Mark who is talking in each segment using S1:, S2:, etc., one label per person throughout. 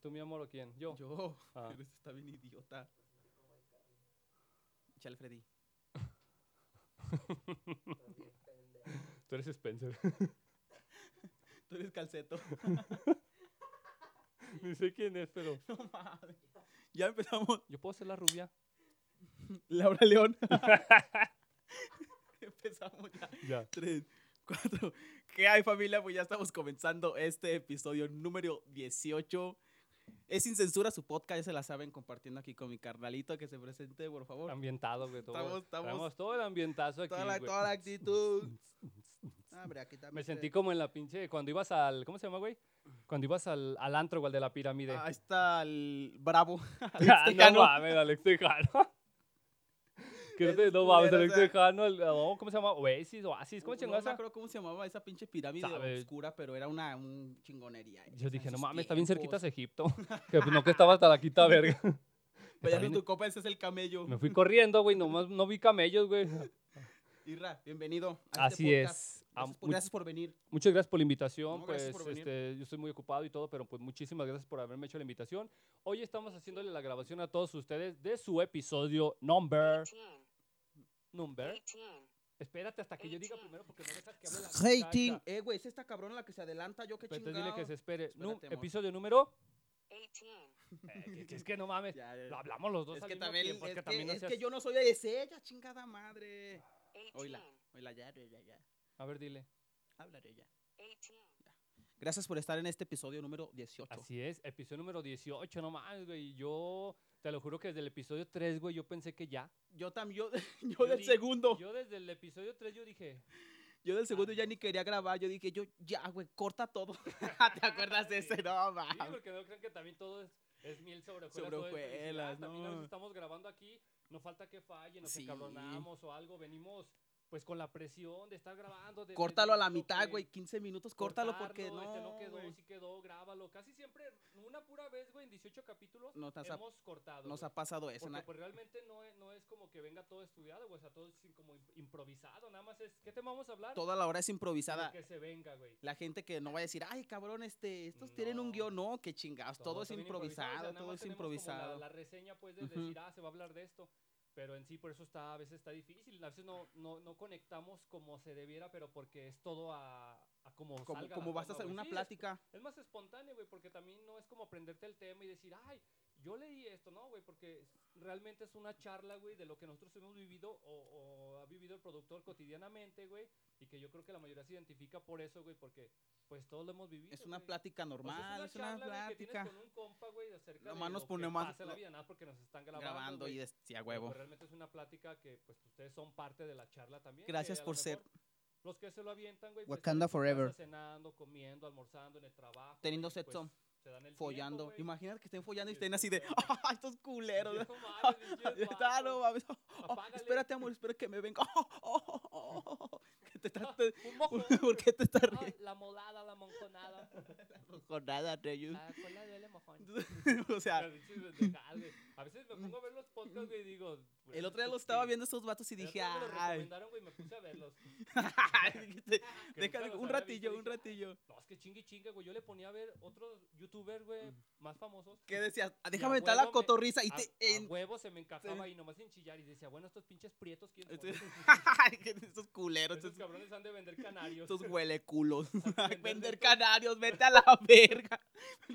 S1: ¿Tú, mi amor, o quién? Yo.
S2: Yo,
S1: Ah.
S2: pero este está bien idiota. Chale, Freddy.
S1: Tú eres Spencer.
S2: Tú eres calceto.
S1: Ni sé quién es, pero.
S2: No mames. Ya empezamos.
S1: Yo puedo ser la rubia.
S2: Laura León. empezamos ya.
S1: Ya.
S2: Tres, cuatro. ¿Qué hay, familia? Pues ya estamos comenzando este episodio número 18. Es sin censura su podcast, ya se la saben, compartiendo aquí con mi carnalito que se presente, por favor.
S1: Ambientado, güey. Todo,
S2: Estamos- estamos-
S1: traemos todo el ambientazo aquí.
S2: Toda la,
S1: güey.
S2: toda la actitud. Ah, hombre, aquí también
S1: Me
S2: se-
S1: sentí como en la pinche. Cuando ibas al. ¿Cómo se llama, güey? Cuando ibas al, al antro, güey, al de la pirámide.
S2: Ahí está el bravo.
S1: Ah, no
S2: Tejano.
S1: mames, Alex Tejano. Que no, te,
S2: Es
S1: no mames,
S2: culero,
S1: Alex
S2: o sea.
S1: Tejano. el- no, ¿Cómo se llama? Oasis, Oasis. ¿Cómo
S2: No-
S1: chingados?
S2: No me acuerdo cómo se llamaba esa pinche pirámide
S1: Sabe.
S2: oscura, pero era una un chingonería. eh,
S1: Yo
S2: en
S1: dije, no
S2: sus
S1: mames, está bien cerquita
S2: tiempos.
S1: Egipto. Que pues, no que estaba hasta la quita verga.
S2: Pero ya
S1: Está
S2: no
S1: bien-
S2: tu copa, ese es el camello.
S1: Me fui corriendo, güey, nomás no vi camellos, güey.
S2: Irra, bienvenido. a
S1: Así
S2: este podcast.
S1: es. Ah,
S2: Gracias por,
S1: mu-
S2: gracias por venir.
S1: Muchas gracias por la invitación.
S2: No,
S1: pues
S2: gracias por venir.
S1: este, yo estoy muy ocupado y todo, pero pues muchísimas gracias por haberme hecho la invitación. Hoy estamos haciéndole la grabación a todos ustedes de su episodio number.
S3: 18,
S1: Number.
S3: 18,
S1: Espérate hasta que yo diga primero porque no dejas que hable la
S2: Rating.
S1: muchacha.
S2: Eh, güey, es esta cabrona la que se adelanta, yo qué
S1: Pero entonces
S2: chingado.
S1: dile que se espere. Num-
S2: Espérate, amor.
S1: episodio número.
S3: 18.
S1: Eh, que- que es que no mames.
S2: Ya, ya.
S1: Lo hablamos los dos.
S2: Es
S1: al
S2: que
S1: mismo
S2: también,
S1: tiempo,
S2: es, que,
S1: también no
S2: es que
S1: seas-
S2: yo no soy es ella, chingada madre.
S3: 18,
S2: Oíla, oíla ya, ya, ya, ya.
S1: A ver, dile.
S2: Háblale ya.
S3: 18.
S2: Gracias por estar en este episodio número 18.
S1: Así es, episodio número 18, no mames, güey. Yo te lo juro que desde el episodio 3, güey, yo pensé que ya.
S2: Yo también, yo, yo
S1: Yo
S2: del
S1: di-
S2: segundo, yo,
S1: Yo desde el episodio 3 yo dije,
S2: del
S1: Ah.
S2: segundo ya ni quería grabar. Yo dije, yo, ya, güey, corta todo. Ah, ¿Te acuerdas de ese? No,
S1: Sí,
S2: mames.
S1: porque no crean que también todo es, es miel sobre hojuelas.
S2: Ah. Sobre
S1: todo es felicidad.
S2: hojuelas,
S1: También a veces
S2: no.
S1: estamos grabando aquí, no falta que falle, nos
S2: Sí.
S1: encabronamos o algo, venimos pues con la presión de estar grabando. de- de-
S2: Córtalo a la
S1: lo
S2: mitad,
S1: que-
S2: güey, 15 minutos, córtalo porque
S1: cortarlo, este
S2: no.
S1: quedó,
S2: güey.
S1: sí quedó, grábalo. Casi siempre, una pura vez, güey, en 18 capítulos
S2: Nos has-
S1: hemos cortado.
S2: Nos
S1: güey.
S2: ha pasado eso.
S1: Porque
S2: na-
S1: pues, realmente no es, no es como que venga todo estudiado, güey, o sea, todo es como im- improvisado, nada más es, ¿qué tema vamos a hablar?
S2: Toda la hora es
S1: Y lo
S2: improvisada.
S1: Que se venga, güey.
S2: La gente que no va a decir, ay, cabrón, este, estos tienen un
S1: No.
S2: guión. No, qué chingados. Todo, es
S1: está bien o sea,
S2: improvisado,
S1: nada
S2: todo
S1: más
S2: es
S1: tenemos como la-
S2: improvisado.
S1: La, reseña, pues, de
S2: Ujú.
S1: decir, ah, se va a hablar de esto. Pero en sí, por eso está, a veces está difícil. A veces no, no, no conectamos como se debiera, pero porque es todo a, a como,
S2: Como,
S1: salga
S2: como
S1: la
S2: vas a
S1: toma,
S2: hacer
S1: güey.
S2: una
S1: Sí, es-
S2: plática.
S1: Es, más espontáneo, güey, porque también no es como aprenderte el tema y decir, ay, yo leí esto, no, güey, porque realmente es una charla, güey, de lo que nosotros hemos vivido o, o ha vivido el productor cotidianamente, güey, y que yo creo que la mayoría se identifica por eso, güey, porque pues todos lo hemos vivido.
S2: Es una
S1: güey.
S2: plática
S1: O sea,
S2: normal, es una,
S1: pues, charla, güey, que tienes
S2: plática.
S1: con un compa, güey, acerca
S2: Nomás
S1: de
S2: nos
S1: lo que
S2: ponemos a-
S1: pasa en la
S2: lo-
S1: vida, nada, porque nos están grabando,
S2: Grabando y
S1: güey,
S2: decía
S1: pero,
S2: huevo.
S1: pues, realmente es una plática que pues ustedes son parte de la charla también. que
S2: Gracias
S1: a lo
S2: por ser-
S1: mejor Los que se lo avientan, güey. pues,
S2: Wakanda
S1: están en su
S2: forever.
S1: casa Cenando, comiendo, almorzando en el trabajo.
S2: Teniendo
S1: güey,
S2: sexo,
S1: se dan el tiempo,
S2: Follando.
S1: güey.
S2: Imagínate que estén follando y
S1: Sí,
S2: estén
S1: sí,
S2: así de,
S1: sí.
S2: ¡ah, estos
S1: Pinches
S2: culeros!
S1: comadres, pinches
S2: Ah, no,
S1: vatos,
S2: mames. Oh,
S1: apágale.
S2: espérate, amor, espera que me venga. Oh, oh, oh, oh, oh, que te trate-
S1: Un mojón,
S2: ¿Por qué te estás
S1: Ah, güey. Ah,
S2: riendo?
S1: la molada, la monconada.
S2: Con nada, Reyes.
S1: La cola duele mojón.
S2: Ah, O sea,
S1: Las pinches pendejadas, güey. A veces me pongo a ver los podcasts, güey, y digo... güey,
S2: el otro día lo estaba
S1: estupidez.
S2: viendo estos vatos y
S1: El otro
S2: dije,
S1: día me lo
S2: ¡ay!
S1: recomendaron, güey, y me puse a verlos.
S2: Dijiste,
S1: Que
S2: "Deja-
S1: nunca los
S2: un
S1: había
S2: ratillo,
S1: visto",
S2: un
S1: dije,
S2: ratillo.
S1: No, es que chingue y chingue, güey. Yo le ponía a ver otros youtubers, güey, más famosos.
S2: ¿Qué decías? "Ah,
S1: a
S2: Déjame aventar la
S1: huevo me- Ah,
S2: cotorriza. Y
S1: a,
S2: te.
S1: a
S2: en-
S1: huevo se me encajaba y nomás en chillar. Y decía, bueno, estos pinches prietos, ¿quién son?
S2: Este- Estos culeros,
S1: Estos
S2: estos,
S1: cabrones han de vender canarios.
S2: estos hueleculos.
S1: vender
S2: Vender
S1: todo.
S2: canarios, vete a la verga.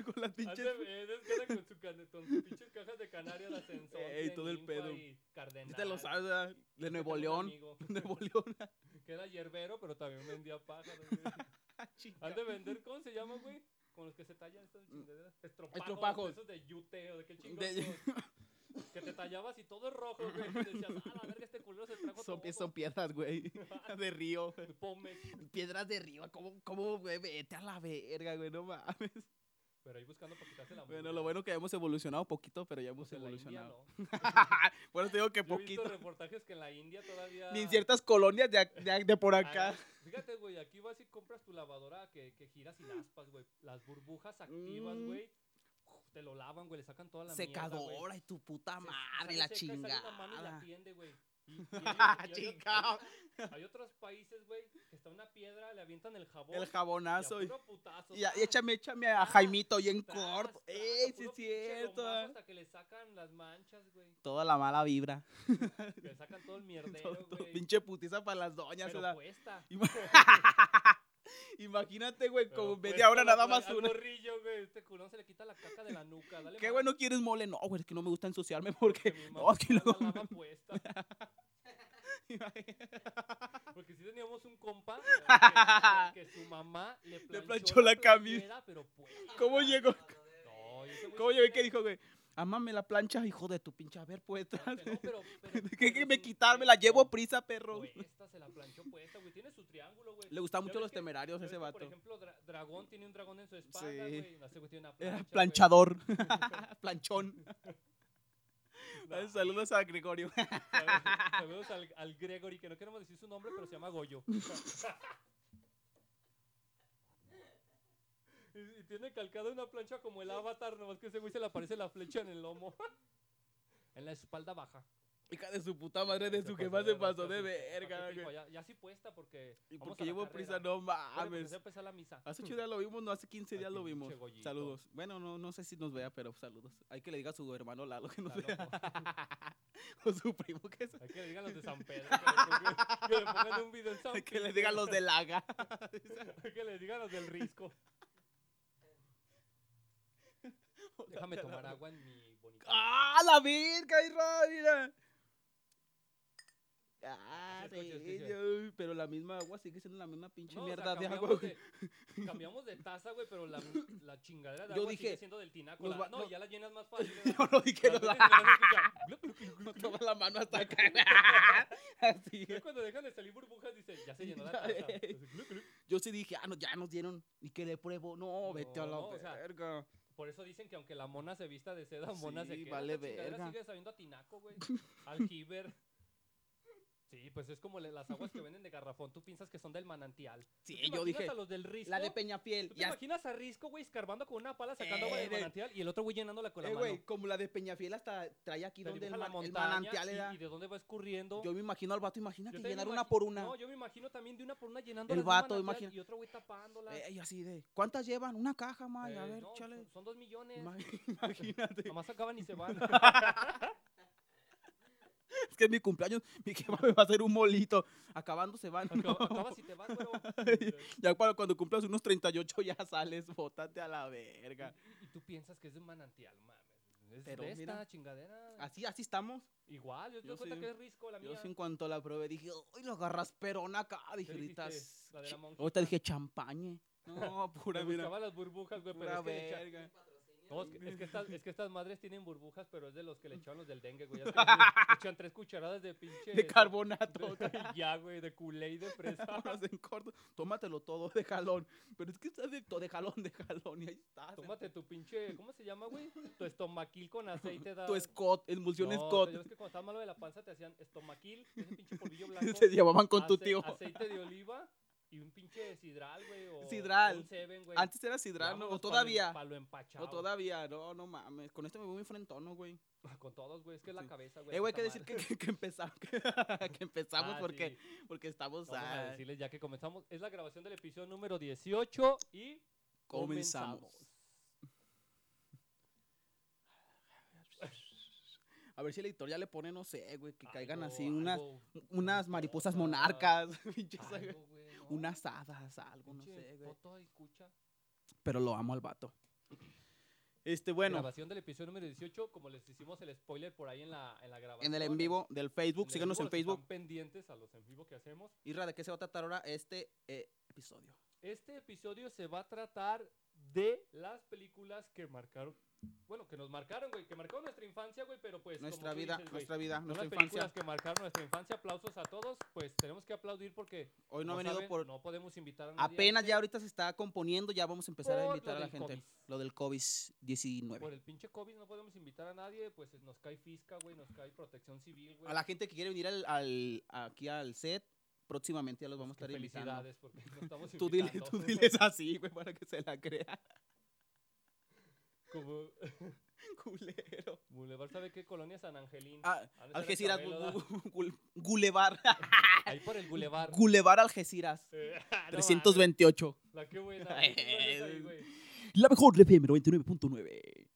S2: Con las
S1: Han
S2: pinches.
S1: de vender cada con, su can- con sus pinches cajas de canarios, de ascensor.
S2: Ey, todo el pedo.
S1: Y Cardenal.
S2: Te lo sabes, ¿verdad? ah, De
S1: Yo tengo
S2: Nuevo
S1: un
S2: León.
S1: amigo
S2: Nuevo León.
S1: Que era hierbero, pero también vendía pájaros. güey.
S2: Ah, chinga.
S1: Han de vender, ¿cómo se llama, güey? Con los que se tallan estas chingaderas. Estropajos.
S2: Mm. Estropajos.
S1: Esos de yute o de qué chingón.
S2: De-
S1: son. Que te tallabas y todo rojo, güey. Y decías, ah, la verga, este culero se trajo
S2: Son,
S1: todo.
S2: pie- son piedras, güey. De río.
S1: Pomes.
S2: Piedras de río. ¿Cómo, cómo, güey? Vete a la verga, güey. No mames.
S1: Pero ahí buscando para quitarse la
S2: Bueno,
S1: mugre.
S2: lo bueno que hemos evolucionado poquito, pero ya hemos
S1: Pues en la India,
S2: evolucionado.
S1: no.
S2: Bueno, te digo que
S1: Yo he visto
S2: poquito.
S1: reportajes que en la India todavía.
S2: Ni en ciertas colonias de, ac- de ac- de por
S1: Ah,
S2: acá.
S1: Agarras- Fíjate, güey, aquí vas y compras tu lavadora que, que gira sin aspas, güey. Las burbujas activas,
S2: Mm.
S1: güey. Te lo lavan, güey, le sacan toda la mierda, güey.
S2: Secadora y tu puta
S1: Se-
S2: Ah, madre,
S1: sale
S2: la
S1: seca y sale una mano y la
S2: chingada. Ah,
S1: tiende, güey. Y- y hay- y hay ot-
S2: Chingao.
S1: hay- Hay otros países, güey, que está una piedra, le avientan el jabón.
S2: El
S1: y a
S2: jabonazo. Y,
S1: puro putazo,
S2: y a-
S1: ¡tas!
S2: échame, échame a
S1: Tras,
S2: Jaimito y en
S1: tras,
S2: corto.
S1: tras,
S2: Ey, sí, cierto.
S1: lomazo
S2: ah.
S1: Hasta que le sacan las manchas, güey.
S2: Toda la mala vibra.
S1: Le sacan todo el
S2: Todo-
S1: mierdero,
S2: todo-
S1: güey.
S2: pinche putiza para las doñas.
S1: Pero
S2: se la-
S1: cuesta.
S2: Ima- Imagínate, güey,
S1: Pero pues,
S2: con media
S1: cuesta
S2: hora
S1: la-
S2: nada más
S1: al
S2: una.
S1: morrillo, güey. Este culón se le quita la caca de la nuca. Dale
S2: Qué
S1: más,
S2: bueno quieres mole. No, güey, es que no me gusta ensuciarme porque.
S1: mi
S2: No,
S1: mamá
S2: es que luego.
S1: la lava puesta.
S2: me-
S1: Porque si teníamos un compa que, que su mamá le planchó,
S2: planchó la camisa.
S1: playera, Pero puesta.
S2: ¿Cómo llegó?
S1: No, y ese güey
S2: ¿Cómo
S1: sí
S2: llegó?
S1: era-
S2: ¿Qué dijo, güey? Amame la plancha, hijo de tu pinche. A ver, pues.
S1: No, pero- pero- pero-
S2: ¿Qué que
S1: pero
S2: me
S1: su-
S2: quitar? Me la llevo a prisa, perro.
S1: Puesta, se la planchó puesta, güey. Tiene su triángulo, güey.
S2: Le gustaban
S1: Ya
S2: mucho
S1: ves
S2: los
S1: que-
S2: temerarios a
S1: ya
S2: ese
S1: ves que, Por
S2: vato.
S1: ejemplo, Dra- Dragón tiene un dragón en su espalda,
S2: Sí.
S1: güey. No sé, güey, tiene una plancha.
S2: Era
S1: güey.
S2: planchador. Planchón.
S1: No,
S2: Saludos a Gregorio.
S1: saludos- Saludos al, al Gregory, que no queremos decir su nombre, pero se llama Goyo. Y, y tiene calcada una plancha como el avatar, nomás que ese güey se le aparece la flecha en el lomo. en la espalda baja.
S2: Hija de su puta madre, de
S1: Se
S2: su
S1: pasó
S2: jefa se
S1: lanza,
S2: pasó de
S1: sí.
S2: verga,
S1: Aquí te digo,
S2: güey.
S1: Ya, ya sí puesta porque.
S2: Y
S1: vamos
S2: porque
S1: a la
S2: llevo
S1: carrera.
S2: prisa, no
S1: Ahora porque se va
S2: mames.
S1: a empezar la misa.
S2: Hace ocho días lo vimos, no hace 15
S1: Al
S2: días lo
S1: pinche
S2: vimos.
S1: Goyito.
S2: Saludos. Bueno, no, no sé si nos vea, pero saludos. Hay que le diga a su hermano Lalo que nos
S1: Lalo.
S2: vea. o su primo que se...
S1: Hay que le digan los de San Pedro. Que, le pongan- que le pongan un video en San
S2: Hay que le
S1: Pedro.
S2: diga a los de Laga.
S1: Hay que le digan los del Risco. Déjame tomar agua en mi bonita.
S2: ¡Ah, la verga, Irra! Mira. Ah,
S1: Así
S2: sí,
S1: escuché, escuché.
S2: yo- pero la misma agua sigue siendo la misma pinche
S1: No, o sea,
S2: mierda de agua.
S1: cambiamos
S2: güey.
S1: de- Cambiamos de taza, güey, pero la, la chingadera de
S2: Yo
S1: agua
S2: dije,
S1: sigue siendo del tinaco.
S2: nos
S1: la-
S2: va-
S1: no,
S2: no.
S1: ya la llenas más fácil.
S2: Yo no dije no la...
S1: la...
S2: Toma la mano hasta acá. Así.
S1: Ya cuando dejan de salir burbujas, dice, ya se llenó la
S2: Ya,
S1: taza.
S2: eh.
S1: Entonces, gluc, gluc.
S2: Yo sí dije, ah, no, ya nos dieron. Y que le pruebo. No, vete a la
S1: No, o sea,
S2: verga.
S1: Por eso dicen que aunque la mona se vista de seda, mona se
S2: Sí,
S1: queda.
S2: vale
S1: La chingadera
S2: verga.
S1: sigue sabiendo a tinaco, güey. Aljiber. Sí, pues es como le- las aguas que venden de garrafón. Tú piensas que son del manantial. ¿Tú
S2: Sí,
S1: te
S2: yo
S1: imaginas
S2: dije,
S1: a los del risco?
S2: la de Peñafiel.
S1: ¿Tú te
S2: Ya,
S1: imaginas a Risco, güey, escarbando con una pala, sacando agua
S2: Eh,
S1: del
S2: güey.
S1: manantial y el otro güey llenándola con la
S2: eh,
S1: mano?
S2: güey, como la de Peñafiel hasta trae aquí
S1: Te
S2: donde el,
S1: dibuja la
S2: man- el
S1: montaña
S2: manantial
S1: y-
S2: era.
S1: y de dónde va escurriendo.
S2: Yo me imagino al vato, imagínate
S1: Yo
S2: que
S1: también
S2: llenar
S1: me
S2: una
S1: imagi-
S2: por una.
S1: No, yo me imagino también de una por una llenando
S2: El
S1: las de un
S2: vato,
S1: manantial
S2: imagina-
S1: Y otro güey tapándola.
S2: Eh, y así de, ¿cuántas llevan? Una caja, man. a
S1: Eh,
S2: ver,
S1: no, pues,
S2: chale.
S1: son- Son dos millones.
S2: Ima- Imagínate.
S1: Nomás acaban y se van.
S2: es que es mi cumpleaños. Mi jefa me va a hacer un molito. Acabando se van.
S1: Acab-
S2: ¿no?
S1: Acabas y te vas, güey.
S2: Ya para cuando cumplas unos 38 ya sales. Bótate a la verga.
S1: Y tú piensas que es de un manantial, mames. Es
S2: Pero
S1: de esta
S2: mira.
S1: chingadera.
S2: Así, así estamos.
S1: Igual, yo te
S2: Yo
S1: doy cuenta
S2: sí.
S1: que es risco la
S2: Yo
S1: mía.
S2: sí, en cuanto la probé dije, uy, lo agarras perona acá. Dije, ahorita.
S1: dijiste?
S2: es
S1: La de la
S2: chi-
S1: monjita.
S2: Ahorita dije champañe. No,
S1: Me
S2: pura mira.
S1: buscaba las burbujas, güey, pero
S2: Pura
S1: es que le echa-
S2: verga.
S1: No, es, que, es que estas, es que estas madres tienen burbujas, pero es de los que le echaban los del dengue, güey. Ya ves que le echan tres cucharadas de pinche.
S2: De carbonato.
S1: de- ya, güey, de culé y de fresa.
S2: Vámonos en corto. Tómatelo todo de jalón. Pero es que estás de, to- de jalón, de jalón. Y ahí estás.
S1: Tómate tu pinche. ¿Cómo se llama, güey? Tu estomaquil con aceite. Da...
S2: Tu Scott, emulsión
S1: No,
S2: Scott.
S1: yo ves que cuando estabas malo de la panza te hacían estomaquil, ese pinche polvillo
S2: que
S1: blanco.
S2: Se llevaban con tu
S1: ace-
S2: tío.
S1: Aceite de oliva y un pinche sidral, güey. O,
S2: Sidral.
S1: o un seven, güey. pues,
S2: Antes era sidral, ¿no? O
S1: em-,
S2: todavía.
S1: Palo
S2: O todavía. No, no mames. Con esto me voy muy frentono, güey.
S1: Con todos, güey. Es que es la
S2: Sí.
S1: cabeza, güey.
S2: Eh, güey,
S1: puta
S2: hay que decir
S1: madre.
S2: que, que, que empezamos. Que, que empezamos
S1: Ah,
S2: porque,
S1: sí.
S2: porque estamos.
S1: Vamos
S2: ah,
S1: a decirles ya que comenzamos. Es la grabación del episodio número 18 y
S2: comenzamos. A ver si el editor ya le pone, no sé, güey, que caigan
S1: Algo-
S2: así unas,
S1: algo-
S2: unas
S1: Mariposas.
S2: mariposas monarcas, pinches,
S1: algo, güey, ¿no?
S2: unas hadas, algo, no
S1: Pinche
S2: sé, güey.
S1: foto y cucha.
S2: Pero lo amo al vato. Este, bueno,
S1: Grabación del episodio número 18, como les hicimos el spoiler por ahí en la, en la grabación.
S2: en el en vivo del Facebook, síganos en
S1: los que
S2: Facebook.
S1: Están pendientes a los en vivo que hacemos.
S2: Irra, ¿de qué se va a tratar ahora este eh, episodio?
S1: Este episodio se va a tratar de las películas que marcaron, bueno, que nos marcaron, güey, que marcaron nuestra infancia, güey, pero pues como
S2: nuestra
S1: tú
S2: vida,
S1: dices, güey,
S2: nuestra vida,
S1: son
S2: nuestra
S1: las
S2: infancia.
S1: películas que marcaron nuestra infancia, aplausos a todos, pues tenemos que aplaudir porque
S2: Hoy no ha
S1: como
S2: venido
S1: saben,
S2: por...
S1: no podemos invitar a nadie a
S2: Apenas
S1: este
S2: ya ahorita se está componiendo, ya vamos a empezar a
S1: por
S2: invitar
S1: lo
S2: a la
S1: del
S2: gente.
S1: COVID.
S2: Lo del COVID-19.
S1: Por el pinche COVID no podemos invitar a nadie, pues nos cae fisca, güey, nos cae protección civil, güey.
S2: A la gente que quiere venir al, al- aquí al set, próximamente ya los vamos a
S1: Pues,
S2: estar
S1: qué
S2: invitando.
S1: Felicidades, porque no estamos
S2: Tú dile,
S1: invitando.
S2: tú diles así, güey, para que se la crea,
S1: Como
S2: culero.
S1: Boulevard, ¿sabe qué? Colonia San Angelín.
S2: Ah,
S1: Ha de ser
S2: Algeciras,
S1: Acabelo, ¿da?
S2: Gulevar,
S1: Ahí por el Boulevard.
S2: Gulevar Algeciras,
S1: Eh, no mames,
S2: 328.
S1: La que buena. ¿qué chingados es ahí, güey?
S2: La mejor FM 99.9.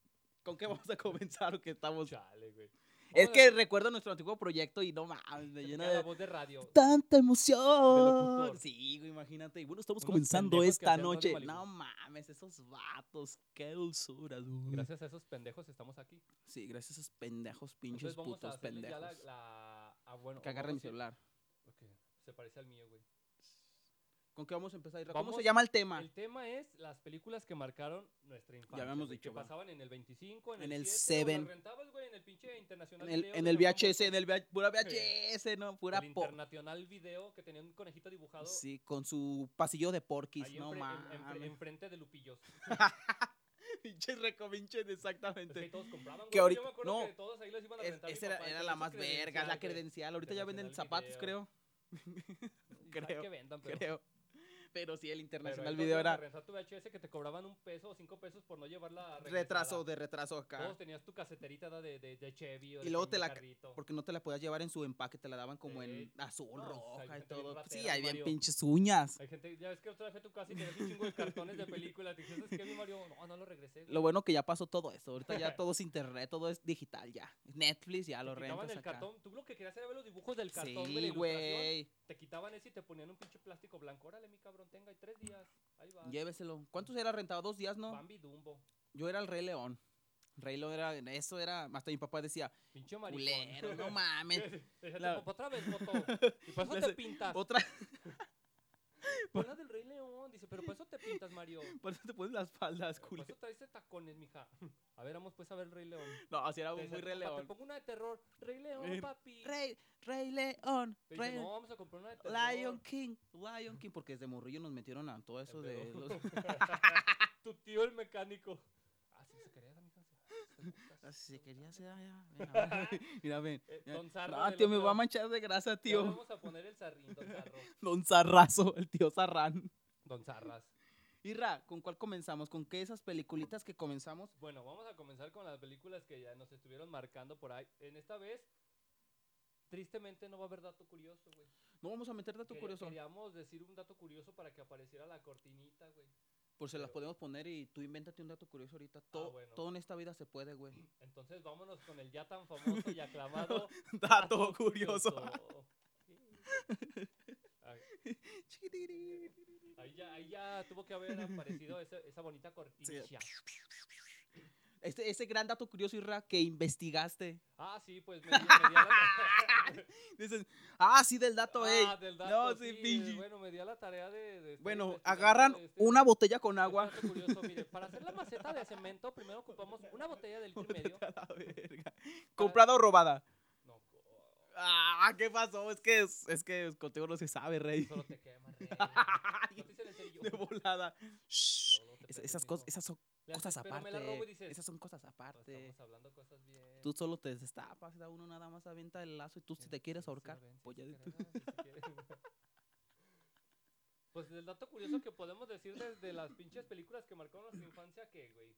S2: ¿Con qué vamos a comenzar? Que estamos...
S1: Chale, güey.
S2: Es
S1: Vamos a
S2: que
S1: hacer-
S2: recuerdo nuestro antiguo proyecto y no mames, me
S1: se me
S2: llena
S1: cae la
S2: de
S1: voz de radio.
S2: tanta
S1: De
S2: emoción.
S1: locutor.
S2: Sí, güey, imagínate. Y bueno, estamos
S1: Unos
S2: comenzando
S1: pendejos que
S2: esta
S1: hacían Radio
S2: noche.
S1: Malibu.
S2: No mames, esos vatos, qué dulzuras. güey.
S1: Gracias a esos pendejos estamos aquí.
S2: Sí, gracias a esos pendejos, pinches
S1: Entonces vamos a
S2: putos
S1: hacerles ya
S2: pendejos.
S1: la, la- ah, bueno,
S2: Que
S1: o
S2: agarren mi
S1: vamos a-
S2: celular.
S1: ok, se parece al mío, güey.
S2: ¿Con qué vamos a empezar? Isra? ¿Cómo
S1: Vamos-
S2: se llama el tema?
S1: El tema es las películas que marcaron nuestra infancia.
S2: habíamos
S1: güey,
S2: dicho,
S1: Que
S2: va.
S1: pasaban en el 25, en,
S2: En el
S1: el 7. o las
S2: 7.
S1: rentabas, güey, en el pinche internacional.
S2: En el,
S1: Video
S2: en
S1: de
S2: el
S1: Ramón
S2: VHS, en
S1: Botón,
S2: el VH pura
S1: Sí.
S2: VHS, ¿no? Pura
S1: el
S2: po-
S1: internacional video que tenía un conejito dibujado.
S2: Sí, con su pasillo de porquis,
S1: Ahí
S2: no
S1: enfre- en- en-
S2: mames.
S1: enfrente de Lupillos. Es
S2: Pinches recominches,
S1: que ahí
S2: exactamente.
S1: todos compraban, güey.
S2: Que ahorita-
S1: Yo me acuerdo
S2: no.
S1: que todos ahí los iban a
S2: Es-
S1: rentar. mi
S2: esa era,
S1: papá,
S2: era
S1: entonces
S2: la
S1: es
S2: más verga, la
S1: güey.
S2: credencial. Ahorita ya venden
S1: Internacional
S2: zapatos,
S1: Video.
S2: creo.
S1: Y sabe
S2: creo.
S1: que vendan, pero-
S2: creo. Pero sí, el
S1: pero
S2: internacional
S1: entonces
S2: video
S1: ibas a
S2: era
S1: rentar tu VHS que te cobraban un peso o cinco pesos por no llevarla regresada.
S2: retraso de retraso acá.
S1: Todos tenías tu caseterita da, de, de, de Chevy o
S2: Y
S1: de
S2: luego te la-
S1: carrito.
S2: Porque no te la podías llevar en su empaque, te la daban como en
S1: Sí.
S2: azul,
S1: No, o sea, hay
S2: roja y
S1: gente bien
S2: todo. sí,
S1: ratera,
S2: hay bien
S1: Mario.
S2: pinches uñas.
S1: Hay gente, ya ves que otra vez fui a tu casa y tenías un chingo de cartones de películas. Te dijiste, ¿sabes qué, mi Mario? No, no lo regresé. güey".
S2: Lo bueno que ya pasó todo eso. Ahorita ya todo es internet, todo es digital ya. Netflix ya lo
S1: Te quitaban
S2: rentas
S1: el
S2: acá.
S1: cartón. Tú lo que querías era ver los dibujos del cartón, güey, la
S2: Sí,
S1: ilustración.
S2: güey.
S1: Te quitaban ese y te ponían un pinche plástico blanco. Órale, mi cabrón, tenga, hay tres días. Ahí va.
S2: Lléveselo. ¿Cuántos era rentado? ¿Dos días, no?
S1: Bambi Dumbo.
S2: Yo era el Rey León. Rey León era. Eso era. Hasta mi papá decía,
S1: Pinche maricón.
S2: culero, no mames.
S1: Déjate,
S2: La-
S1: papá, otra vez, foto. Y para eso
S2: Me
S1: te
S2: hace-
S1: pintas.
S2: Otra.
S1: Pon la del Rey León. Dice, pero para eso te pintas, Mario.
S2: Por eso te pones las faldas,
S1: Por
S2: culero.
S1: eso traes de tacones, mija. A ver, vamos pues a ver el Rey León.
S2: No, así era
S1: Te
S2: muy
S1: decía,
S2: Rey
S1: "Papá, Te
S2: León.
S1: pongo una de terror. Rey León,
S2: Eh,
S1: papi.
S2: Rey, Rey León,
S1: Te dice,
S2: Rey,
S1: no, vamos a comprar una de terror.
S2: Lion King, Lion King, porque desde morrillo nos metieron a todo eso
S1: pedo.
S2: de los-
S1: tu tío el mecánico. Ah, sí, se quería dar mi chance.
S2: Ah, Si se quería hacer, ah, ya, mira, mira, ven.
S1: Eh,
S2: ya.
S1: Don Zarro.
S2: No,
S1: del
S2: tío, me
S1: otro.
S2: va a manchar de grasa,
S1: Ya
S2: tío.
S1: Vamos a poner el zarrín, Don Zarro.
S2: Don Zarrazo, el tío Zarrán.
S1: Don Zarras.
S2: Y Ra, ¿con cuál comenzamos? ¿Con qué esas peliculitas que comenzamos?
S1: Bueno, vamos a comenzar con las películas que ya nos estuvieron marcando por ahí. En esta vez, tristemente no va a haber dato curioso, güey.
S2: No vamos a meter dato
S1: Quería-
S2: curioso.
S1: Queríamos decir un dato curioso para que apareciera la cortinita, güey.
S2: Pues se las
S1: pero- Ah,
S2: podemos poner y tú invéntate un dato curioso ahorita. Todo,
S1: bueno.
S2: todo en esta vida se puede, güey.
S1: Entonces vámonos con el ya tan famoso y aclamado
S2: Dato curioso. Chiquitirín.
S1: Ahí ya, ahí ya tuvo que haber aparecido ese- esa bonita cortinilla.
S2: Este, ese gran dato curioso, Irra, que investigaste.
S1: Ah, sí, pues me, di- me di a la
S2: Dices, ah, sí, del dato, ey.
S1: Ah, del
S2: No,
S1: dato,
S2: sí,
S1: sí,
S2: pinche.
S1: eh, Bueno, me di a la tarea de. de estar
S2: Bueno,
S1: investigando
S2: agarran
S1: este-
S2: una botella con
S1: este
S2: agua.
S1: dato curioso, mire, para hacer la maceta de cemento, primero ocupamos una botella de litro y medio.
S2: A la verga.
S1: Ah.
S2: ¿Comprada o robada?
S1: No, co-
S2: Ah, ¿qué pasó? Es que, es, es que contigo no se sabe, rey.
S1: solo te quema, rey. No te hice el serio.
S2: De volada. Shh.
S1: No, no te
S2: Es-
S1: pegues,
S2: esas,
S1: mijo.
S2: cosas, esas son
S1: Le
S2: cosas
S1: haces, "Pero me la robo", y
S2: aparte.
S1: dices, "Pues,
S2: Esas son cosas aparte.
S1: Estamos hablando cosas bien.
S2: Tú solo te destapas, cada uno nada más avienta el lazo y tú si
S1: Mira,
S2: te quieres
S1: sí, sí,
S2: ahorcar. pues
S1: ven, sí,
S2: polla
S1: sí,
S2: de tu-
S1: carnal, sí, sí quiere. Pues el dato curioso que podemos decir de, de las pinches películas que marcaron nuestra infancia, que, güey,